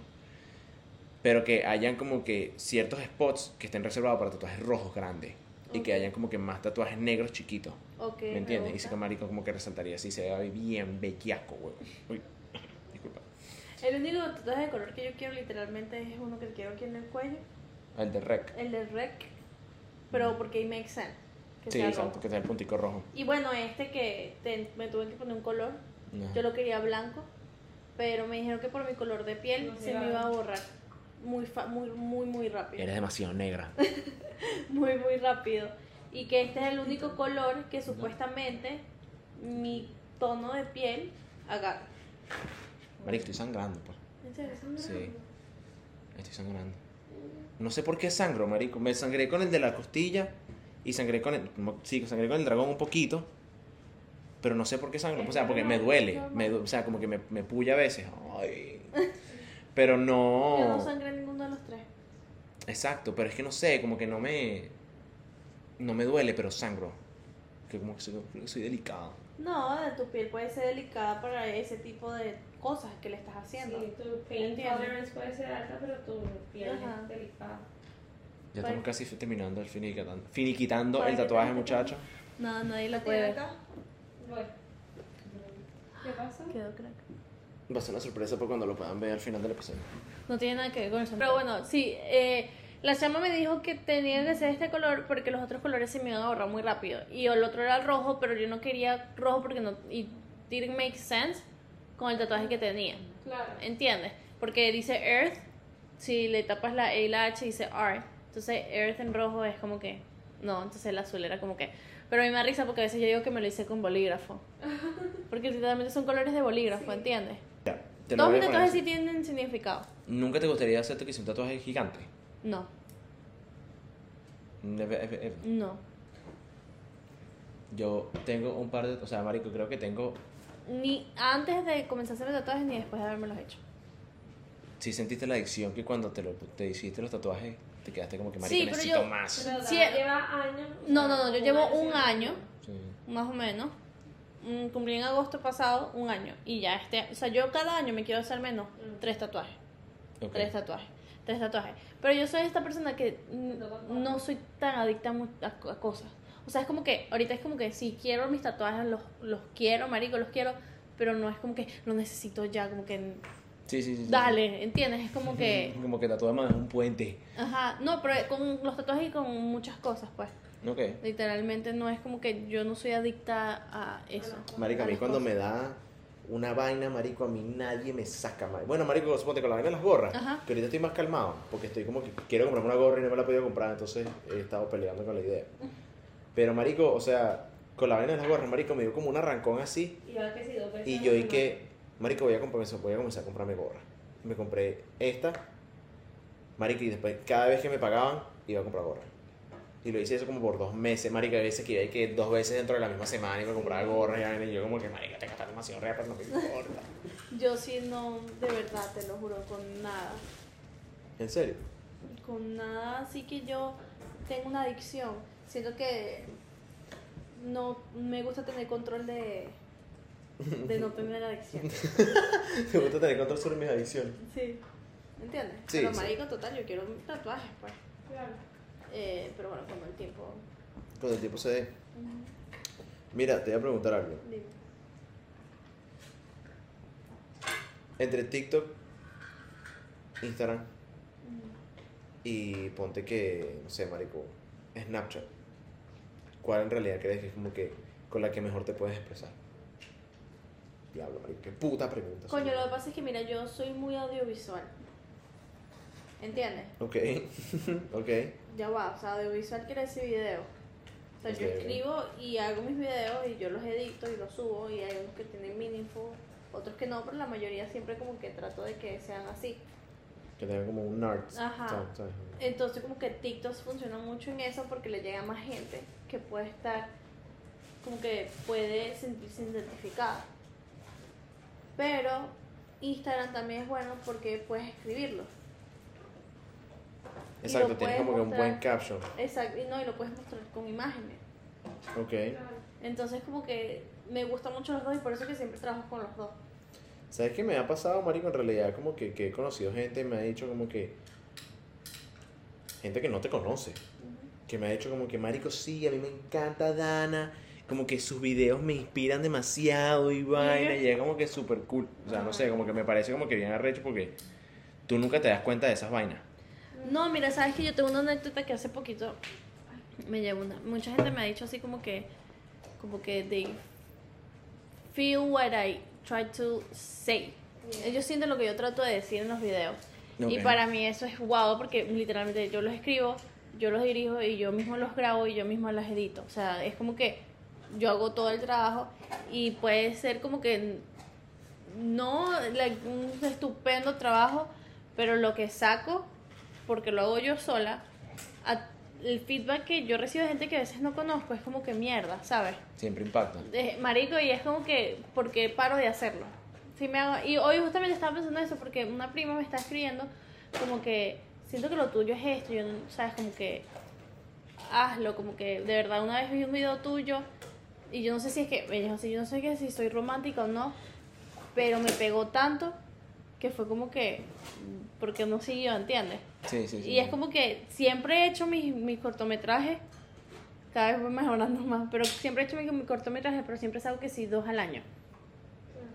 S1: Pero que hayan como que ciertos spots que estén reservados para tatuajes rojos grandes. Y que
S2: Ok.
S1: hayan como que más tatuajes negros chiquitos.
S2: Ok.
S1: ¿Me entiendes? Y
S2: gusta.
S1: ese marico como que resaltaría así, se ve bien bequiaco, güey. Uy, [LAUGHS] disculpa.
S2: El único tatuaje de color que yo quiero literalmente es uno que quiero aquí en el cuello,
S1: El de rec.
S2: el de rec. Pero porque it makes sense. Que
S1: Sí,
S2: sea
S1: exacto,
S2: rojo.
S1: que sea el puntico rojo.
S2: Y bueno, este que te- me tuve que poner un color,
S1: Ajá.
S2: yo lo quería blanco, pero me dijeron que por mi color de piel
S3: No
S2: se
S3: llegaba.
S2: me iba a borrar muy fa- muy muy muy rápido.
S1: Eres demasiado negra.
S2: muy muy rápido y que este es el único color que supuestamente mi tono de piel agarra.
S1: Marico, estoy sangrando, pues.
S2: ¿En serio?
S1: Sí. Estoy sangrando. No sé por qué sangro, marico. Me sangré con el de la costilla y sangré con el... mo- Sí, sangré con el dragón un poquito. Pero no sé por qué sangro. O sea, porque me duele. me du- o sea, como que me, me puya a veces. Ay. Pero
S2: Yo no
S1: no...
S2: sangré ninguno de los tres.
S1: Exacto, pero es que no sé, como que no me... No me duele, pero sangro. Que como que soy, creo que soy delicado.
S2: No, de tu piel puede ser delicada para ese tipo de cosas que le estás haciendo.
S3: Sí, tu pain
S2: Entiendo.
S3: tolerance puede ser alta, pero tu piel
S2: Ajá.
S3: es delicada.
S1: Ya
S2: Bueno.
S1: estamos casi terminando el finiquitando, finiquitando el
S2: Para que
S1: tatuaje,
S2: tengas que-
S1: muchachos.
S2: No, nadie
S4: ¿Tiene
S2: la puede ver.
S4: acá?
S3: Voy. ¿Qué pasa?
S2: Quedó crack.
S1: Va a ser una sorpresa para cuando lo puedan ver al final del episodio.
S2: No tiene nada que ver con eso. Pero bueno, sí, eh, la chama me dijo que tenía que ser este color porque los otros colores se me iban a borrar muy rápido. Y el otro era el rojo, pero yo no quería rojo porque no. It didn't make sense con el tatuaje que tenía.
S3: Claro.
S2: ¿Entiendes? Porque dice Earth, si le tapas la E y la H, dice R. Entonces Earth en rojo es como que. No, entonces el azul era como que. Pero a mí me da risa porque a veces yo digo que me lo hice con [LAUGHS] bolígrafo. Porque literalmente son colores de bolígrafo,
S3: Sí.
S2: ¿entiendes?
S1: Ya, te lo
S2: Todos
S1: voy
S2: mis
S1: a poner
S2: tatuajes sí
S1: así.
S2: tienen significado.
S1: ¿Nunca te gustaría hacerte que sea un tatuaje gigante?
S2: No,
S1: Never, ever, ever.
S2: no.
S1: Yo tengo un par de... O sea, marico, creo que tengo...
S2: Ni antes de comenzar a hacer los tatuajes ni después de haberme los hecho.
S1: Si sentiste la adicción que cuando te, lo, te hiciste los tatuajes, te quedaste como que, marico,
S2: Sí, pero
S1: necesito
S2: yo-
S1: más.
S3: Pero
S2: Sí,
S3: Dana lleva años.
S2: No, no, no, yo llevo un año,
S1: Sí.
S2: más o menos. Mm, Cumplí en agosto pasado un año y ya este, o sea, yo cada año me quiero hacer menos
S3: Mm.
S2: tres tatuajes,
S1: Ok.
S2: tres tatuajes, tres tatuajes. Pero yo soy esta persona que mm,
S3: No, no, no.
S2: no soy tan adicta a mu- a, co- a cosas. O O sea, es como que, ahorita es como que sí quiero mis tatuajes, los, los quiero, marico, los quiero, pero no es como que los necesito ya, como que
S1: Sí, sí, sí. sí.
S2: dale, ¿entiendes? Es como que,
S1: [LAUGHS] Como que tatuar más un puente.
S2: ajá, no, pero con los tatuajes y con muchas cosas, pues.
S1: Ok.
S2: Literalmente no es como que yo no soy adicta a eso.
S1: Marico, a mí
S2: las
S1: cuando
S2: cosas.
S1: me da una vaina, marico, a mí nadie me saca, marico. Bueno, marico, suponte con la vaina de las gorras,
S2: Ajá.
S1: que ahorita estoy más calmado, porque estoy como que quiero comprarme una gorra y no me la he podido comprar, entonces he estado peleando con la idea. Pero, marico, o sea, con la vaina de las gorras, marico, me dio como un arrancón así,
S3: Y yo que sí, dos veces
S1: y yo
S3: a la
S1: y
S3: semana.
S1: que, marico, voy a, comprar, voy a comenzar a comprarme gorra. Y me compré esta, marico, y después cada vez que me pagaban, iba a comprar gorra. Y lo hice eso como por dos meses, marico, a veces que iba y que dos veces dentro de la misma semana y me compraba gorra y, vaina, y yo como que, marica, te gastas demasiado real, pero no me importa.
S2: Yo sí no, de verdad, te lo juro, con nada.
S1: ¿En serio?
S2: Con nada, así que yo tengo una adicción. Siento que no me gusta tener control de, de no
S1: [LAUGHS]
S2: tener adicción.
S1: [LAUGHS] Me gusta tener control sobre mis adicciones.
S2: Sí. ¿Entiendes?
S1: Sí,
S2: pero
S1: sí.
S2: marico, total, yo quiero mis tatuajes, pues.
S3: Claro.
S2: Eh, pero bueno, con el tiempo.
S1: Cuando el tiempo se dé. Mira, te voy a preguntar algo.
S2: Dime.
S1: Entre TikTok, Instagram y ponte que, no sé, marico, Snapchat. ¿Cuál en realidad crees que es como que con la que mejor te puedes expresar? Diablo, marico, qué puta pregunta.
S2: Coño, lo que
S1: señor.
S2: pasa es que mira, yo soy muy audiovisual. ¿Entiendes?
S1: Ok, ok. [LAUGHS]
S2: Ya va, o sea, audiovisual quiere decir video. O sea, yo
S1: Ok.
S2: escribo y hago mis videos y yo los edito y los subo y hay unos que tienen meaningful, otros que no, pero la mayoría siempre como que trato de que sean así.
S1: Que tenga como un nerd.
S2: Ajá. Eh,
S1: sound, ¿sabes?
S2: Entonces como que TikTok funciona mucho en eso porque le llega a más gente que puede estar, como que puede sentirse identificada. Pero Instagram también es bueno porque puedes escribirlo.
S1: Exacto,
S2: lo
S1: tienes como que
S2: puedes
S1: un buen
S2: mostrar.
S1: caption.
S2: Exacto, y no, y lo puedes mostrar con imágenes.
S1: Ok.
S3: claro.
S2: Entonces como que me gustan mucho los dos y por eso que siempre trabajo con los dos.
S1: ¿Sabes qué me ha pasado, marico? En realidad, como que, que he conocido gente, me ha dicho como que... Gente que no te conoce. Que me ha dicho como que, marico, sí, a mí me encanta Dana. Como que sus videos me inspiran demasiado y vaina. Y es como que súper cool. O sea, no sé, como que me parece como que bien arrecho porque tú nunca te das cuenta de esas vainas.
S2: No, mira, sabes que yo tengo una anécdota que hace poquito me llegó una. Mucha gente me ha dicho así como que, como que they feel what I try to say. Ellos sienten lo que yo trato de decir en los videos. Y
S1: Ok.
S2: para mí eso es guau porque literalmente yo los escribo, yo los dirijo y yo mismo los grabo y yo mismo los edito. O sea, es como que yo hago todo el trabajo y puede ser como que no like, un estupendo trabajo, pero lo que saco, porque lo hago yo sola, a- el feedback que yo recibo de gente que a veces no conozco es como que mierda, ¿sabes?
S1: Siempre impacta.
S2: de- marico y es como que porque paro de hacerlo Sí me hago- y hoy justamente estaba pensando eso porque una prima me está escribiendo como que siento que lo tuyo es esto yo no- sabes como que hazlo como que de verdad una vez vi un video tuyo y yo no sé si es que me dijo, "Sí, yo no sé que si soy romántica o no pero me pegó tanto que fue como que porque no siguió entiendes
S1: Sí, sí, sí.
S2: y es como que siempre he hecho mis, mis cortometrajes, cada vez voy mejorando [LAUGHS] más, pero siempre he hecho mis, mis cortometrajes, pero siempre salgo que sí dos al año.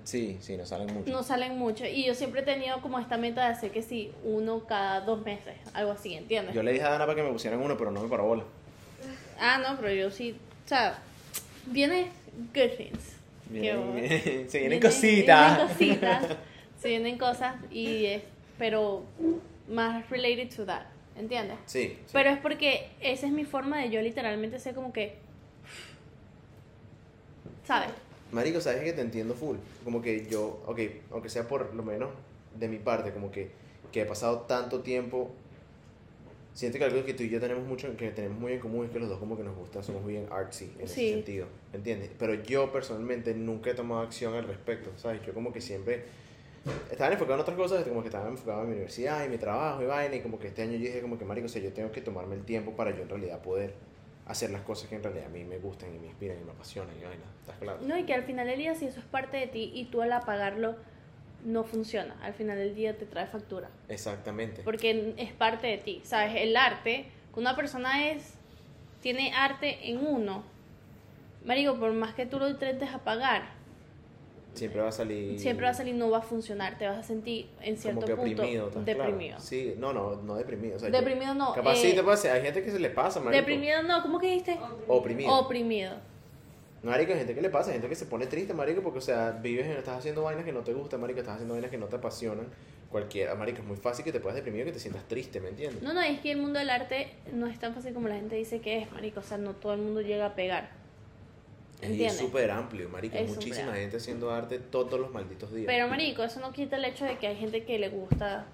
S1: Sí, sí, nos salen mucho.
S2: No salen mucho. Y yo siempre he tenido como esta meta de hacer que sí uno cada dos meses, algo así, ¿entiendes?
S1: Yo le dije a Dana para que me pusieran uno, pero no me paró bola.
S2: Ah, no, pero yo sí, o sea, viene Good Things. que
S1: Vienen- [LAUGHS]
S2: voy-
S1: se vienen cositas.
S2: Vienen
S1: [LAUGHS]
S2: cositas. se vienen cosas, y es, pero más related to that, ¿entiendes?
S1: Sí, sí.
S2: Pero es porque esa es mi forma de yo literalmente ser como que. ¿Sabes?
S1: Marico, sabes que te entiendo full. Como que yo, ok, aunque sea por lo menos de mi parte, como que, que he pasado tanto tiempo. Siento que algo que tú y yo tenemos mucho, que tenemos muy en común es que los dos como que nos gusta, somos bien artsy en
S2: Sí.
S1: ese sentido, ¿me entiendes? Pero yo personalmente nunca he tomado acción al respecto, ¿sabes? Yo como que siempre estaba enfocado en otras cosas, como que estaba enfocado en mi universidad y mi trabajo y vaina, y como que este año yo dije como que, marico, o sea, yo tengo que tomarme el tiempo para yo en realidad poder hacer las cosas que en realidad a mí me gustan y me inspiran y me apasionan y vaina, ¿estás claro?
S2: No, y que al final del día, si eso es parte de ti y tú al apagarlo no funciona. Al final del día te trae factura.
S1: Exactamente.
S2: Porque es parte de ti. ¿Sabes? El arte, que una persona es tiene arte en uno, marico, por más que tú lo intentes apagar,
S1: Siempre va a salir.
S2: siempre va a salir, no va a funcionar, te vas a sentir en cierto
S1: como que
S2: punto
S1: oprimido. tal, claro.
S2: deprimido.
S1: Sí, no, no, no deprimido. o sea, yo-
S2: Deprimido no,
S1: Capaz
S2: eh,
S1: sí te pasa. Hay gente que se le pasa, marico.
S2: Deprimido no, ¿cómo que dijiste?
S1: Oprimido.
S2: Oprimido.
S1: Marico, hay gente que le pasa, hay gente que se pone triste, marico, porque, o sea, vives, en- estás haciendo vainas que no te gustan, marico, estás haciendo vainas que no te apasionan. Cualquiera, marico, es muy fácil que te puedas deprimir y que te sientas triste, ¿me entiendes?
S2: No, no, es que el mundo del arte no es tan fácil como la gente dice que es, marico, o sea, no todo el mundo llega a pegar.
S1: y es
S2: entiendes.
S1: súper amplio, marico, hay
S2: Es súper
S1: muchísima
S2: amplio.
S1: gente haciendo arte todos los malditos días.
S2: Pero, marico, eso no quita el hecho de que hay gente que le gusta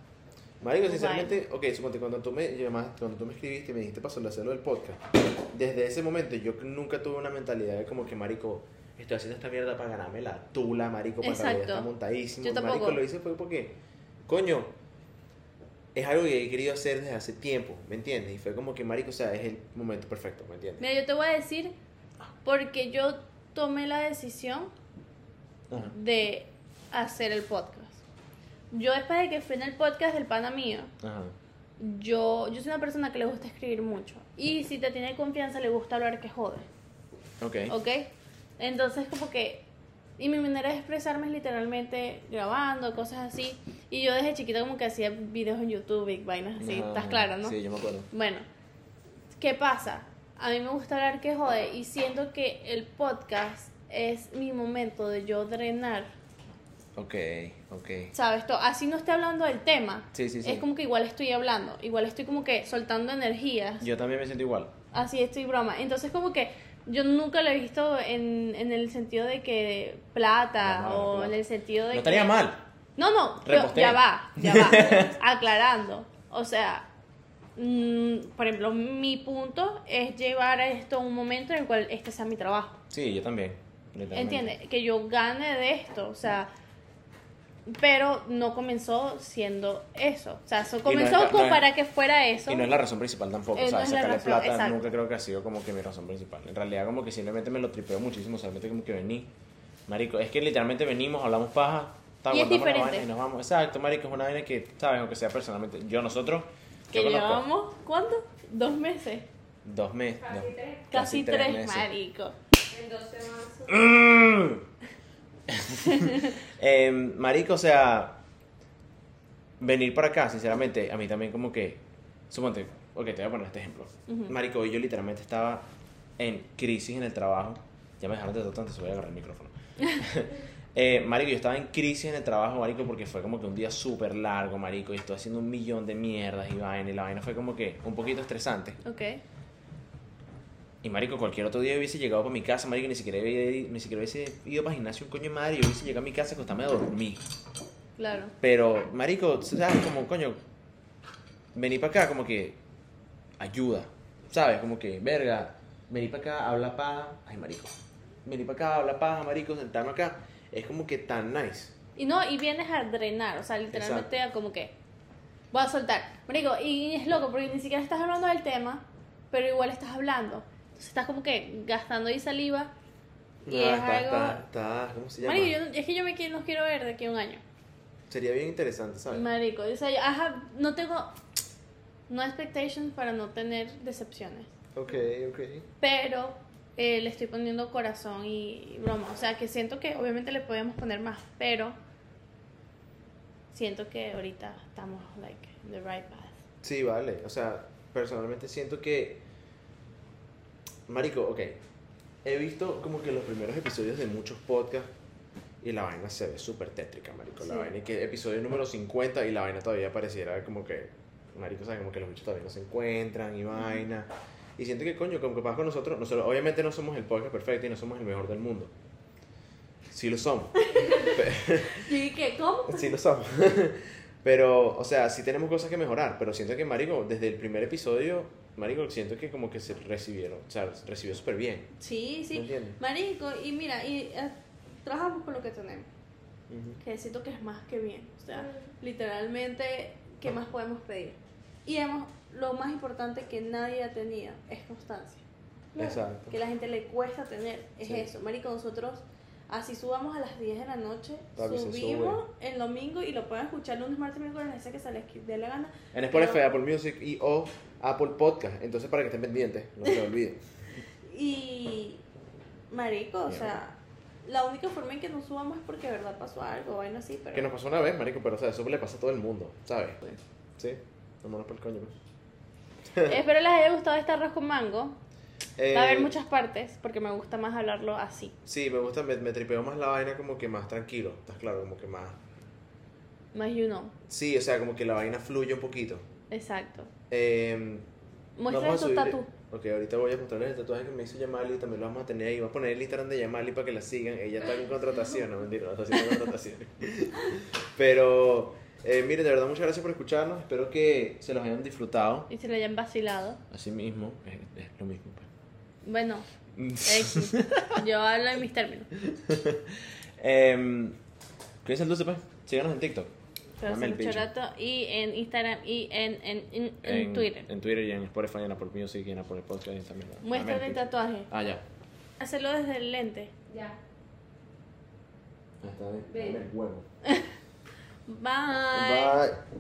S1: Marico,
S2: Vaina.
S1: sinceramente, ok, suponte cuando tú me llamaste, cuando tú me escribiste y me dijiste para hacerlo del podcast, desde ese momento yo nunca tuve una mentalidad de como que, marico, estoy haciendo esta mierda para ganarme la tula, marico, para
S2: Exacto.
S1: realidad está montadísimo.
S2: Yo tampoco.
S1: Marico, lo hice fue porque, coño, es algo que he querido hacer desde hace tiempo, ¿me entiendes? Y fue como que, marico, o sea, es el momento perfecto, ¿me entiendes?
S2: Mira, yo te voy a decir porque yo tomé la decisión
S1: Ajá.
S2: de hacer el podcast. Yo después de que fui en el podcast del pana mío,
S1: Ajá.
S2: yo, yo soy una persona que le gusta escribir mucho. Y si te tiene confianza, le gusta hablar que jode.
S1: Ok.
S2: ¿Ok? Entonces como que... Y mi manera de expresarme es literalmente grabando, cosas así. Y yo desde chiquita como que hacía videos en YouTube y vainas así.
S1: Ajá,
S2: ¿Estás
S1: ajá.
S2: clara, no?
S1: Sí, yo me acuerdo.
S2: Bueno, ¿qué pasa? A mí me gusta hablar que jode y siento que el podcast es mi momento de yo drenar.
S1: Ok, ok.
S2: ¿Sabes? To- Así no estoy hablando del tema.
S1: Sí, sí, sí.
S2: Es como que igual estoy hablando, igual estoy como que soltando energías.
S1: Yo también me siento igual.
S2: Así estoy broma. Entonces como que yo nunca lo he visto en, en el sentido de que plata
S1: Ajá,
S2: o
S1: plata.
S2: en el sentido de
S1: Ah, No estaría
S2: que-
S1: mal.
S2: no, no, yo-
S1: Repostea.
S2: ya va,
S1: [LAUGHS]
S2: ya va. aclarando. O sea, mm, por ejemplo, mi punto es llevar esto a un momento en el cual este sea mi trabajo.
S1: Sí, yo también. literalmente.
S2: ¿Entiendes? Que yo gane de esto, o sea. Pero no comenzó siendo eso. O sea, eso comenzó
S1: ca- no
S2: como
S1: es-
S2: para que fuera eso.
S1: Y no es la razón principal tampoco,
S2: Eh,
S1: o sea,
S2: no es la
S1: sacarle
S2: razón,
S1: plata
S2: exacto.
S1: nunca creo que ha sido como que mi razón principal. En realidad como que simplemente me lo tripeo muchísimo, solamente como que vení. Marico, es que literalmente venimos, hablamos paja, ta,
S2: Y es
S1: guardamos la
S2: diferente.
S1: vaina y nos vamos. Exacto, marico, es una vaina que, sabes, aunque sea personalmente, yo nosotros,
S2: que
S1: yo conozco
S2: llevamos, ¿cuánto? Dos meses.
S1: dos meses,
S3: Casi tres.
S2: Casi, tres,
S1: meses.
S2: marico.
S3: En dos semanas.
S1: Mm. [LAUGHS] Eh, marico, o sea, venir para acá, sinceramente, a mí también como que, suponte, ok, te voy a poner este ejemplo.
S2: Ujú.
S1: Marico, yo literalmente estaba en crisis en el trabajo. Ya me dejaron de tratar antes, voy a agarrar el micrófono. [LAUGHS] Eh, marico, yo estaba en crisis en el trabajo, marico, porque fue como que un día súper largo, marico, y estoy haciendo un millón de mierdas y vaina, y la vaina fue como que un poquito estresante.
S2: Ok.
S1: Y marico, cualquier otro día hubiese llegado para mi casa, marico, ni siquiera hubiese, ni siquiera hubiese ido para gimnasio un coño de madre, yo hubiese llegado a mi casa a acostarme a dormir.
S2: Claro.
S1: Pero, marico, ¿sabes? Como, coño, vení para acá, como que ayuda, ¿sabes? Como que, verga, vení para acá, habla paja, ay, marico, vení para acá, habla paja, marico, sentarme acá, es como que tan nice.
S2: Y no, y vienes a drenar, o sea, literalmente a como que voy a soltar. Marico, y es loco porque ni siquiera estás hablando del tema, pero igual estás hablando. Entonces estás como que gastando ahí saliva. Y
S1: Ah,
S2: es
S1: está,
S2: algo-
S1: está, está, ¿cómo se llama?
S2: Marico, yo no- es que yo me quiero, no quiero ver de aquí a un año.
S1: Sería bien interesante, ¿sabes?
S2: Marico, o sea, yo, ajá, no tengo no expectations para no tener decepciones,
S1: Ok, ok.
S2: pero eh, le estoy poniendo corazón y, y broma, o sea, que siento que obviamente le podemos poner más, pero siento que ahorita estamos like in the right path.
S1: Sí, vale, o sea, personalmente siento que, marico, ok, he visto como que los primeros episodios de muchos podcasts y la vaina se ve súper tétrica, marico. La
S2: Sí.
S1: vaina y que episodio número 50 y la vaina todavía pareciera como que, marico, ¿sabes? Como que los bichos todavía no se encuentran y vaina. Y siento que, coño, como que pasa con nosotros, nosotros obviamente no somos el podcast perfecto y no somos el mejor del mundo. Sí lo somos,
S2: Yo dije, ¿cómo?
S1: sí lo somos. [LAUGHS] pero, o sea, sí tenemos cosas que mejorar, pero siento que, marico, desde el primer episodio, marico, siento que como que se recibieron, o sea, recibió súper bien.
S2: Sí,
S1: ¿Me
S2: sí.
S1: entiendes?
S2: Marico, y mira, y eh, trabajamos con lo que tenemos, que siento que es más que bien. O sea, literalmente, ¿qué más podemos pedir? Y hemos, lo más importante que nadie ha tenido es constancia.
S1: Exacto.
S2: Que la gente le cuesta tener, es
S1: Sí.
S2: eso. Marico, nosotros Así subamos a las 10 de la noche,
S1: Papi, se
S2: subimos el domingo y lo pueden escuchar lunes, martes, miércoles, ese que se les dé la gana.
S1: En Spotify,
S2: Pero-
S1: Apple Music y o Apple Podcast. Entonces, para que estén pendientes, no se lo olviden.
S2: [LAUGHS] Y. Marico, o
S1: Mierda.
S2: sea, la única forma en que no subamos es porque de verdad pasó algo, vaina así, pero.
S1: que nos pasó una vez, marico, pero o sea, eso le pasa a todo el mundo, ¿sabes? Sí, vámonos por el coño. pues.
S2: [LAUGHS] Espero les haya gustado este arroz con mango.
S1: Eh,
S2: Va a haber muchas partes porque me gusta más hablarlo así.
S1: Sí, me gusta, me, me tripeo más la vaina como que más tranquilo, ¿estás claro? Como que más...
S2: Más you know.
S1: Sí, o sea, como que la vaina fluye un poquito.
S2: Exacto.
S1: Eh,
S2: Muestra
S1: a
S2: tu
S1: subir-
S2: tatu.
S1: Ok, ahorita voy a mostrarles el tatuaje que me hizo Yamali, también lo vamos a tener ahí. Voy a poner el Instagram de Yamali para que la sigan. Ella está en contratación, no mentira, no está haciendo
S2: [LAUGHS]
S1: contratación. Pero, eh, mire, de verdad, muchas gracias por escucharnos. Espero que se los hayan disfrutado.
S2: Y se lo hayan vacilado.
S1: Así mismo, es, es lo mismo.
S2: Bueno,
S1: [LAUGHS] pues.
S2: X. yo hablo en mis términos.
S1: Em, Cuídense el dulce, pues. Síganos en TikTok.
S2: Pero
S1: Dame el
S2: soy mucho
S1: pincho.
S2: rato. Y en Instagram y en, en, en, en Twitter.
S1: En Twitter y en Spotify, y en Apple Music y en Apple Podcast y también.
S2: Muéstrale el tatuaje.
S1: Ah, ya.
S2: Hacerlo desde el lente.
S3: Ya.
S1: Hasta
S3: Ve. dame el
S1: huevo.
S2: Bye.
S1: Bye.